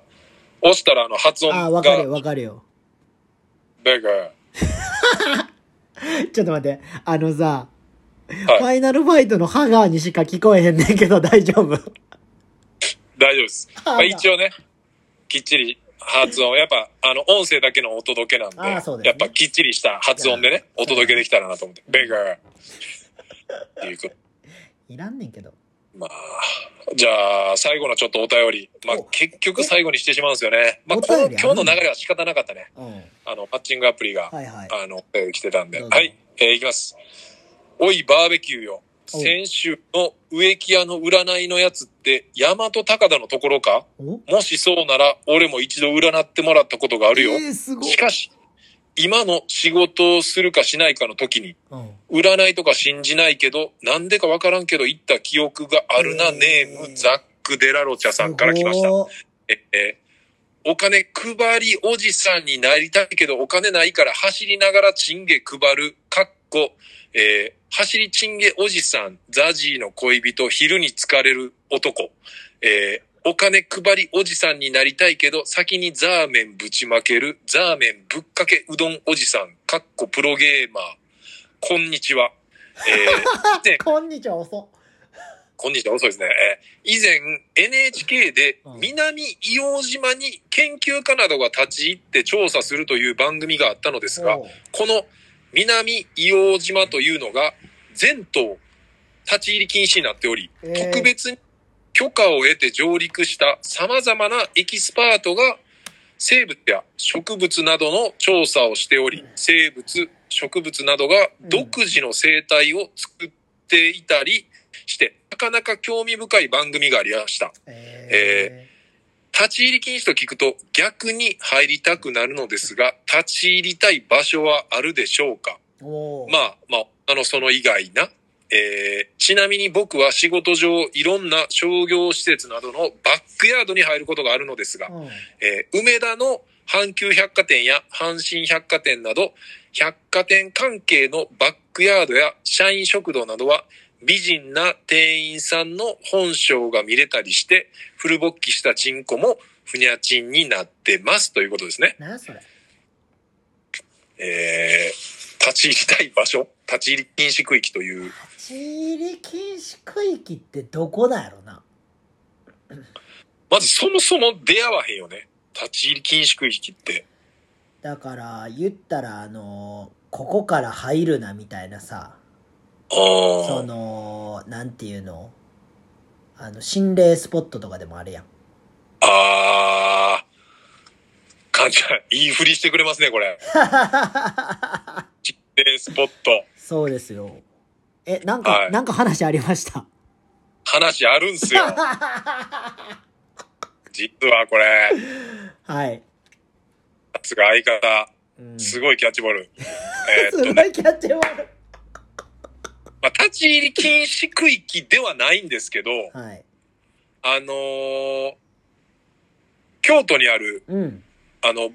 B: 押したらあの発音
A: あ
B: が
A: ー、わかるよ、わかるよ。
B: ベガー。
A: ちょっと待って、あのさ、フ
B: はい。
A: ァイナルファイトのハガーにしか聞こえへんねんけど大丈夫
B: 大丈夫です。まあ、
A: あ
B: 一応ね、きっちり発音。やっぱ、あの、音声だけのお届けなんで、
A: あーそうですね
B: やっぱきっちりした発音でね、お届けできたらなと思って。ベガー。っていうこと
A: いらんねんけど。
B: まあ、じゃあ、最後のちょっとお便り。まあ
A: お、
B: 結局最後にしてしまうんですよね。まあ、
A: お
B: この
A: 便りあ
B: 今
A: る
B: 日の流れは仕方なかったね。
A: うん。はい
B: あの、パッチングアプリが、
A: はい。
B: あの、えー来てたんで。
A: どうぞ
B: はい、えーいきます。おい、バーベキューよ。
A: おう
B: 先週の植木屋の占いのやつって、大和高田のところか
A: お
B: もしそうなら、俺も一度占ってもらったことがあるよ。
A: えー、すごい
B: し。かし、今の仕事をするかしないかの時に、
A: うん。
B: 占いとか信じないけど、なんでかわからんけど行った記憶があるな、
A: えー
B: ネーム、ザック・デラロチャさんから来ました
A: す。ご
B: ええお金配りおじさんになりたいけどお金ないから走りながらチンゲ配る、かっこ、えー走りチンゲおじさん、ザジーの恋人、昼に疲れる男、えーお金配りおじさんになりたいけど先にザーメンぶちまける、ザーメンぶっかけうどんおじさん、かっこプロゲーマー、こんにちは。えーで
A: いこんにちは、遅
B: こんにちは、遅いですね。えー以前、NHK で南硫黄島に研究家などが立ち入って調査するという番組があったのですが、
A: おう
B: この南硫黄島というのが全島立ち入り禁止になっており、
A: えー
B: 特別に許可を得て上陸した様々なエキスパートが生物や植物などの調査をしており、生物、植物などが独自の生態を作っていたりして、なかなか興味深い番組がありました。
A: え
B: 立ち入り禁止と聞くと逆に入りたくなるのですが、立ち入りたい場所はあるでしょうか
A: ー、おー
B: まあ、まあ、あの、その以外な。えーちなみに僕は仕事上いろんな商業施設などのバックヤードに入ることがあるのですが、
A: うん
B: えー梅田の阪急百貨店や阪神百貨店など、百貨店関係のバックヤードや社員食堂などは、美人な店員さんの本性が見れたりして、フル勃起したチンコもふにゃちんになってますということですね。
A: なあそれ。
B: えー、立ち入りたい場所、立ち入り禁止区域という、
A: 立ち入り禁止区域ってどこだやろな。
B: まずそもそも出会わへんよね。立ち入り禁止区域って。
A: だから、言ったら、あの、ここから入るなみたいなさ、
B: あ
A: そ
B: ー
A: の、なんていうのあの、心霊スポットとかでもあるやん。
B: あー。かんちゃん、いいふりしてくれますね、これ。実験スポット。
A: そうですよ。え、なんか、
B: はい
A: なんか話ありました。
B: 話あるんすよ。 実はこれ、
A: はい。
B: さすが相方、
A: うん、す
B: すごいキャッチボー ル。えーっ
A: ご
B: とね、
A: いキャッチボール。
B: まあ、立ち入り禁止区域ではないんですけど、
A: はい。
B: あのー京都にある、
A: うん。
B: あの、某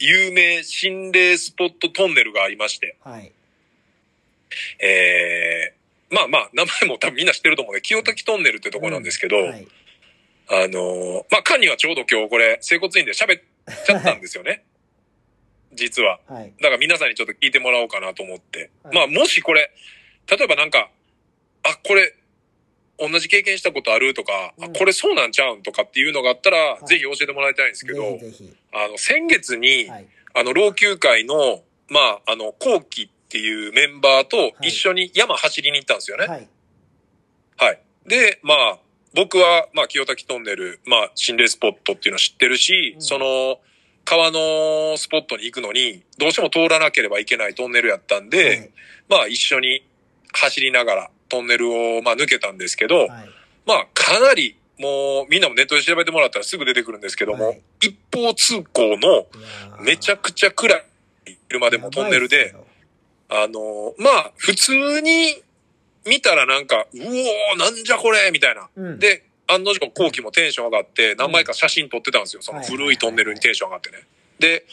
B: 有名心霊スポットトンネルがありまして、
A: はい。
B: えー、まあまあ、名前も多分みんな知ってると思うね。清滝トンネルってとこなんですけど、
A: はい。
B: あのーまあ、カンニはちょうど今日これ、整骨院で喋っちゃったんですよね。実は。
A: はい。
B: だから皆さんにちょっと聞いてもらおうかなと思って。
A: はい
B: まあ、もしこれ、例えばなんか、あ、これ、同じ経験したことあるとか、あ
A: うん
B: これそうなんちゃうんとかっていうのがあったら、
A: い
B: ぜひ教えてもらいたいんですけ
A: ぜ
B: ど、
A: ひぜひ。
B: あの、先月に、
A: はい。
B: あの、老朽会の、まあ、あの、後期っていうメンバーと一緒に山走りに行ったんですよね。
A: はい。
B: はい。で、まあ、僕は、まあ、清滝トンネル、まあ、心霊スポットっていうの知ってるし、
A: うん
B: その、川のスポットに行くのに、どうしても通らなければいけないトンネルやったんで、まあ、一緒に走りながらトンネルを、まあ、抜けたんですけど、
A: はい。
B: まあ、かなり、もう、みんなもネットで調べてもらったらすぐ出てくるんですけども、
A: はい
B: 一方通行の
A: はい。
B: めちゃくちゃ暗い車でもトンネルで、あの、まあ、普通に見たらなんか、うおー、なんじゃこれみたいな。
A: うん。
B: で、案の定後期もテンション上がって、何枚か写真撮ってたんですよ。その古いトンネルにテンション上がってね。で、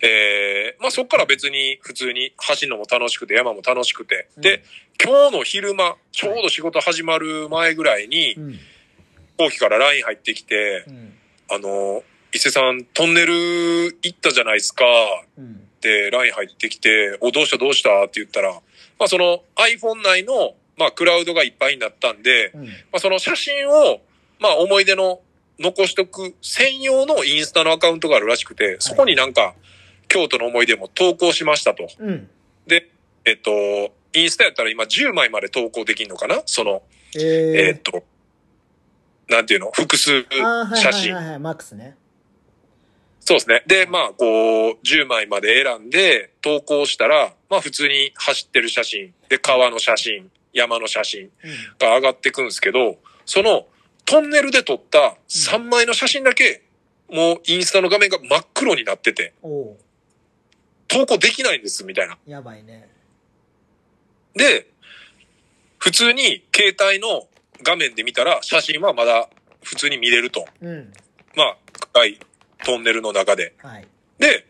B: えー、まあそっから別に普通に走るのも楽しくて、山も楽しくて。で、今日の昼間、ちょうど仕事始まる前ぐらいに
A: う、ん、
B: 後期から LINE 入ってきて
A: う、ん。
B: あの、伊勢さんトンネル行ったじゃないですか。
A: うん。
B: で、LINE 入ってきて、お、どうしたどうしたって言ったら、まあその iPhone 内の、まあクラウドがいっぱいになったんで、
A: うん。
B: まあ、その写真を、まあ、思い出の残しとく専用のインスタのアカウントがあるらしくて、そこになんか、京都の思い出も投稿しましたと。
A: うん。
B: で、えっと、インスタやったら今10枚まで投稿できるのかなその、
A: え
B: えっ
A: ー、
B: と、なんていうの複数
A: あーはい
B: 写真
A: は。いはいはい、マックスね。
B: そうですね。で、まあ、こう、10枚まで選んで投稿したら、まあ、普通に走ってる写真、で、川の写真、山の写真、
A: うん。
B: が上がっていくんですけど、そのトンネルで撮った3枚の写真だけ、もうインスタの画面が真っ黒になってて、
A: おお
B: 投稿できないんです、みたいな。
A: うやばいね。
B: で、普通に携帯の画面で見たら写真はまだ普通に見れると。
A: うん。
B: まあ、深いトンネルの中で。
A: はい。
B: で、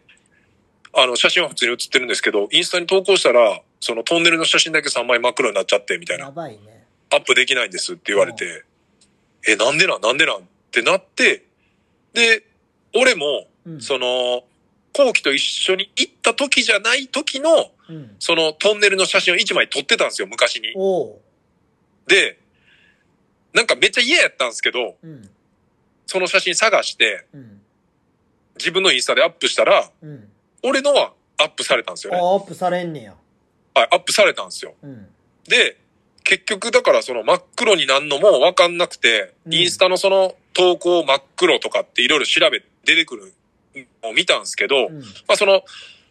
B: あの、写真は普通に写ってるんですけど、インスタに投稿したら、そのトンネルの写真だけ3枚真っ黒になっちゃって、みたいな
A: や。ばいね。
B: アップできないんですって言われて、え、なんでなんなんでなんってなって、で、俺も、
A: うん。
B: その、後期と一緒に行った時じゃない時の、
A: うん。
B: そのトンネルの写真を一枚撮ってたんですよ、昔に。
A: おお
B: で、なんかめっちゃ嫌やったんですけど、
A: ううん。
B: その写真探して、
A: うん。
B: 自分のインスタでアップしたら、
A: うん。
B: 俺のはアップされたんですよ
A: あー
B: ね。
A: アップされんねや。
B: はい、アップされたんですよ。
A: うん。
B: で、結局だからその真っ黒になんのもわかんなくて、
A: うん
B: インスタのその投稿真っ黒とかっていろいろ調べ、出てくるのを見たんですけど、
A: うん。
B: まあその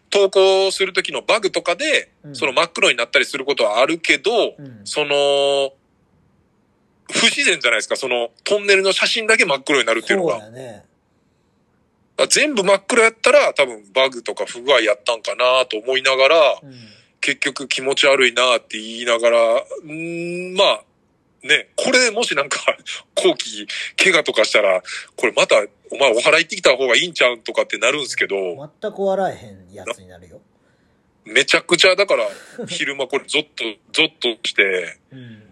B: 投稿する時のバグとかで、
A: うん
B: その真っ黒になったりすることはあるけど、
A: うん。
B: その、不自然じゃないですか、そのトンネルの写真だけ真っ黒になるっていうの
A: そう
B: が。
A: だね。
B: だから全部真っ黒やったら多分バグとか不具合やったんかなと思いながら、
A: うん。
B: 結局気持ち悪いなって言いながら、んーまあ、ね、これもしなんか、 後期、怪我とかしたら、これまた、お前お払い行ってきた方がいいんちゃうんとかってなるんですけど、
A: 全く笑えへんやつになるよ。
B: めちゃくちゃ、だから、昼間これゾッと、 ゾッとして、
A: うん。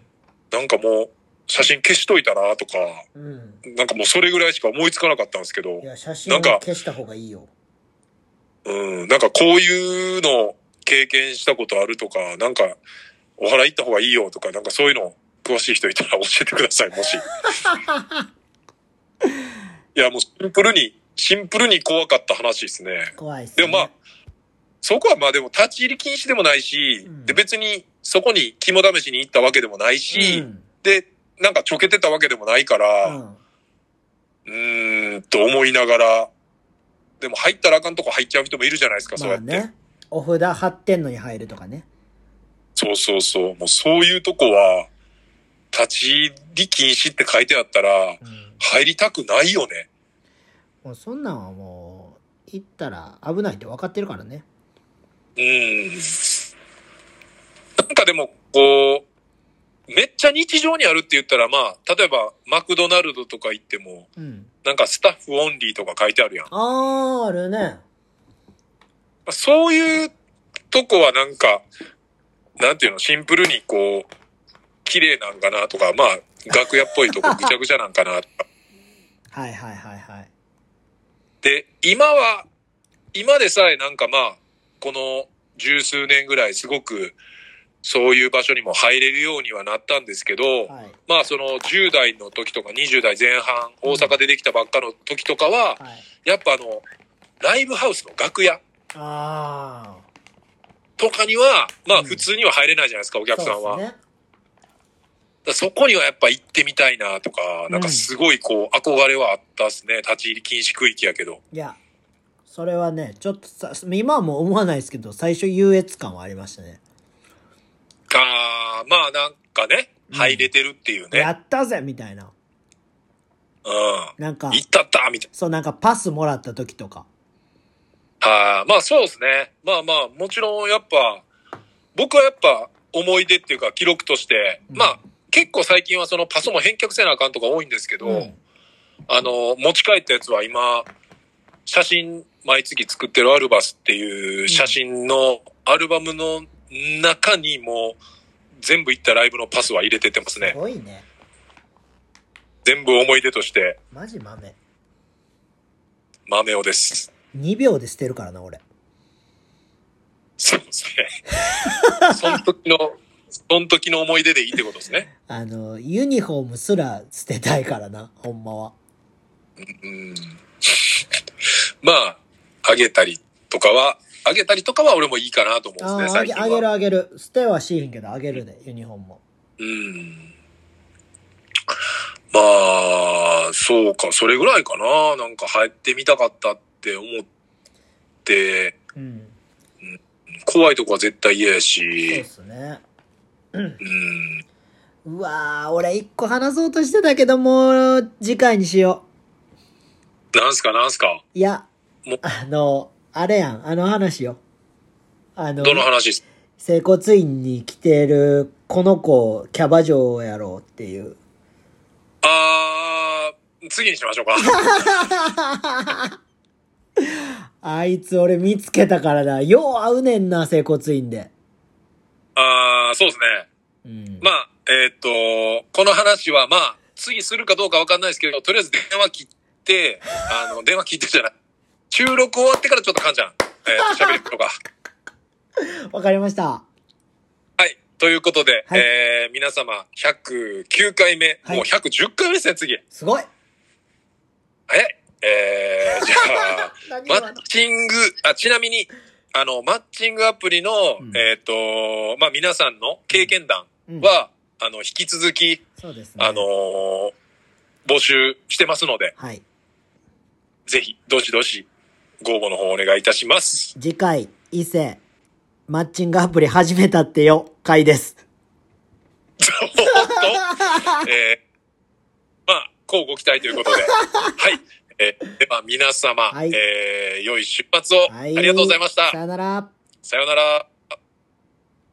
B: なんかもう、写真消しといたなとか、
A: うん。
B: なんかもうそれぐらいしか思いつかなかったんですけど
A: い、や、写真
B: な
A: を
B: んか
A: 消した方がいいよ。
B: うん、なんかこういうの経験したことあるとか、なんか、お払い行った方がいいよとか、なんかそういうの詳しい人いたら教えてください、も し。いや、もうシンプルに、シンプルに怖かった話ですね。
A: 怖いっす
B: で
A: ね。
B: もまあ、そこはまあでも立ち入り禁止でもないし、
A: うん
B: で別にそこに肝試しに行ったわけでもないし、
A: うん。
B: で、なんかちょけてたわけでもないから、
A: うん。
B: うーんと思いながら、でも入ったらあかんとこ入っちゃう人もいるじゃないですか、そう
A: ま
B: やっ
A: あ
B: て。
A: ね。お札貼ってんのに入るとかね。
B: そうそうそう。もうそういうとこは、立ち入り禁止って書いてあったら、
A: うん。
B: 入りたくないよね。
A: もうそんなんはもう、行ったら危ないって分かってるからね。
B: うん。なんかでも、こう、めっちゃ日常にあるって言ったら、まあ、例えば、マクドナルドとか行っても、
A: うん。
B: なんかスタッフオンリーとか書いてあるやん。ま
A: あー、あるね。
B: あそういうとこはなんか、なんていうの、シンプルにこう、綺麗なんかなとか、まあ、楽屋っぽいとこぐちゃぐちゃなんかなとか。
A: はいはいはいはい。
B: で、今は、今でさえなんかまあ、この十数年ぐらいすごくそういう場所にも入れるようにはなったんですけど、
A: はい。
B: まあその10代の時とか20代前半、大阪でできたばっかの時とかは、
A: はい。
B: やっぱあの、ライブハウスの楽屋
A: ああ。
B: とかには、ま
A: う
B: あ
A: ん
B: 普通には入れないじゃないですか、お客さんは。
A: そうっすね。
B: だからそこにはやっぱ行ってみたいなとか、なんかすごいこう憧れはあったっすね。立ち入り禁止区域やけど。
A: いや、それはね、ちょっとさ、今はもう思わないですけど、最初優越感はありましたね。
B: あー、まあなんかね、
A: うん
B: 入れてるっていうね。
A: やったぜみたいな。
B: う
A: なんか
B: ん。、行ったったみたい
A: そう、なんかパスもらった時とか。
B: な。はい。まあそうですね。まあまあ、もちろんやっぱ、僕はやっぱ思い出っていうか記録として、
A: うん
B: まあ結構最近はそのパスも返却せなあかんとか多いんですけど、
A: うん
B: あの、持ち帰ったやつは今、写真毎月作ってるアルバスっていう写真のアルバムの中にも全部行ったライブのパスは入れててます
A: す
B: ね。
A: ごいね。
B: 全部思い出として
A: マジ豆。
B: 豆をです。
A: 2秒で捨てるからな、俺。
B: そうですね。その時の、その時の思い出でいいってことですね。
A: あの、ユニフォームすら捨てたいからな、ほんまは。
B: うん。まあ、あげたりとかは、あげたりとかは俺もいいかなと思
A: あ
B: うんですね、
A: ー
B: 最
A: あげ、
B: 近
A: あげる
B: は。
A: あげる。捨てはしへんけど、あげるで、ユニフォームも。
B: うん。まあ、そうか、それぐらいかな。なんか入ってみたかったって思って、
A: うん。
B: 怖いとこは絶対嫌や
A: そうっ
B: し、
A: すね。
B: うん。
A: うわー、俺一個話そうとしてたけど、もう、次回にしよ
B: なんすか、なんすか。
A: う。いや
B: も、
A: あの、あれやん、あの話よ。あの、
B: どの話です
A: 整骨院に来てる、この子、キャバ嬢やろうっていう。
B: あー、次にしましょうか。
A: あいつ俺見つけたからだ。よう会うねんな、整骨院で。
B: あー、そうですね。
A: うん。
B: まあ、えーっ、と、この話はまあ、次するかどうかわかんないですけど、とりあえず電話切って、あの、電話切ってじゃない。収録終わってからちょっとカンちゃん、え ー、喋るとか。
A: わかりました。
B: はい。ということで、
A: はい
B: えー、皆様、109回目、
A: はい
B: もう110回目ですね、次。
A: すごい
B: 早い。えー、じゃ あ、
A: 何
B: マ
A: 今
B: ッチング、あ、ちなみに、あの、マッチングアプリの、
A: うん
B: えーっ、と、まあ、皆さんの経験談
A: うん、
B: は、あの、引き続き、
A: そうですね。
B: あの、ー募集してますので、
A: はい。
B: ぜひ、どしどし、ご応募の方お願いいたし ます。
A: 次回、伊勢、マッチングアプリ始めたってよ、回です。
B: おっと、えー、まあ、こうご期待という ことで、はい。えーでは、皆様、
A: はい
B: えー良い出発を、
A: はい。
B: ありがとうございました。
A: さよなら。
B: さようなら。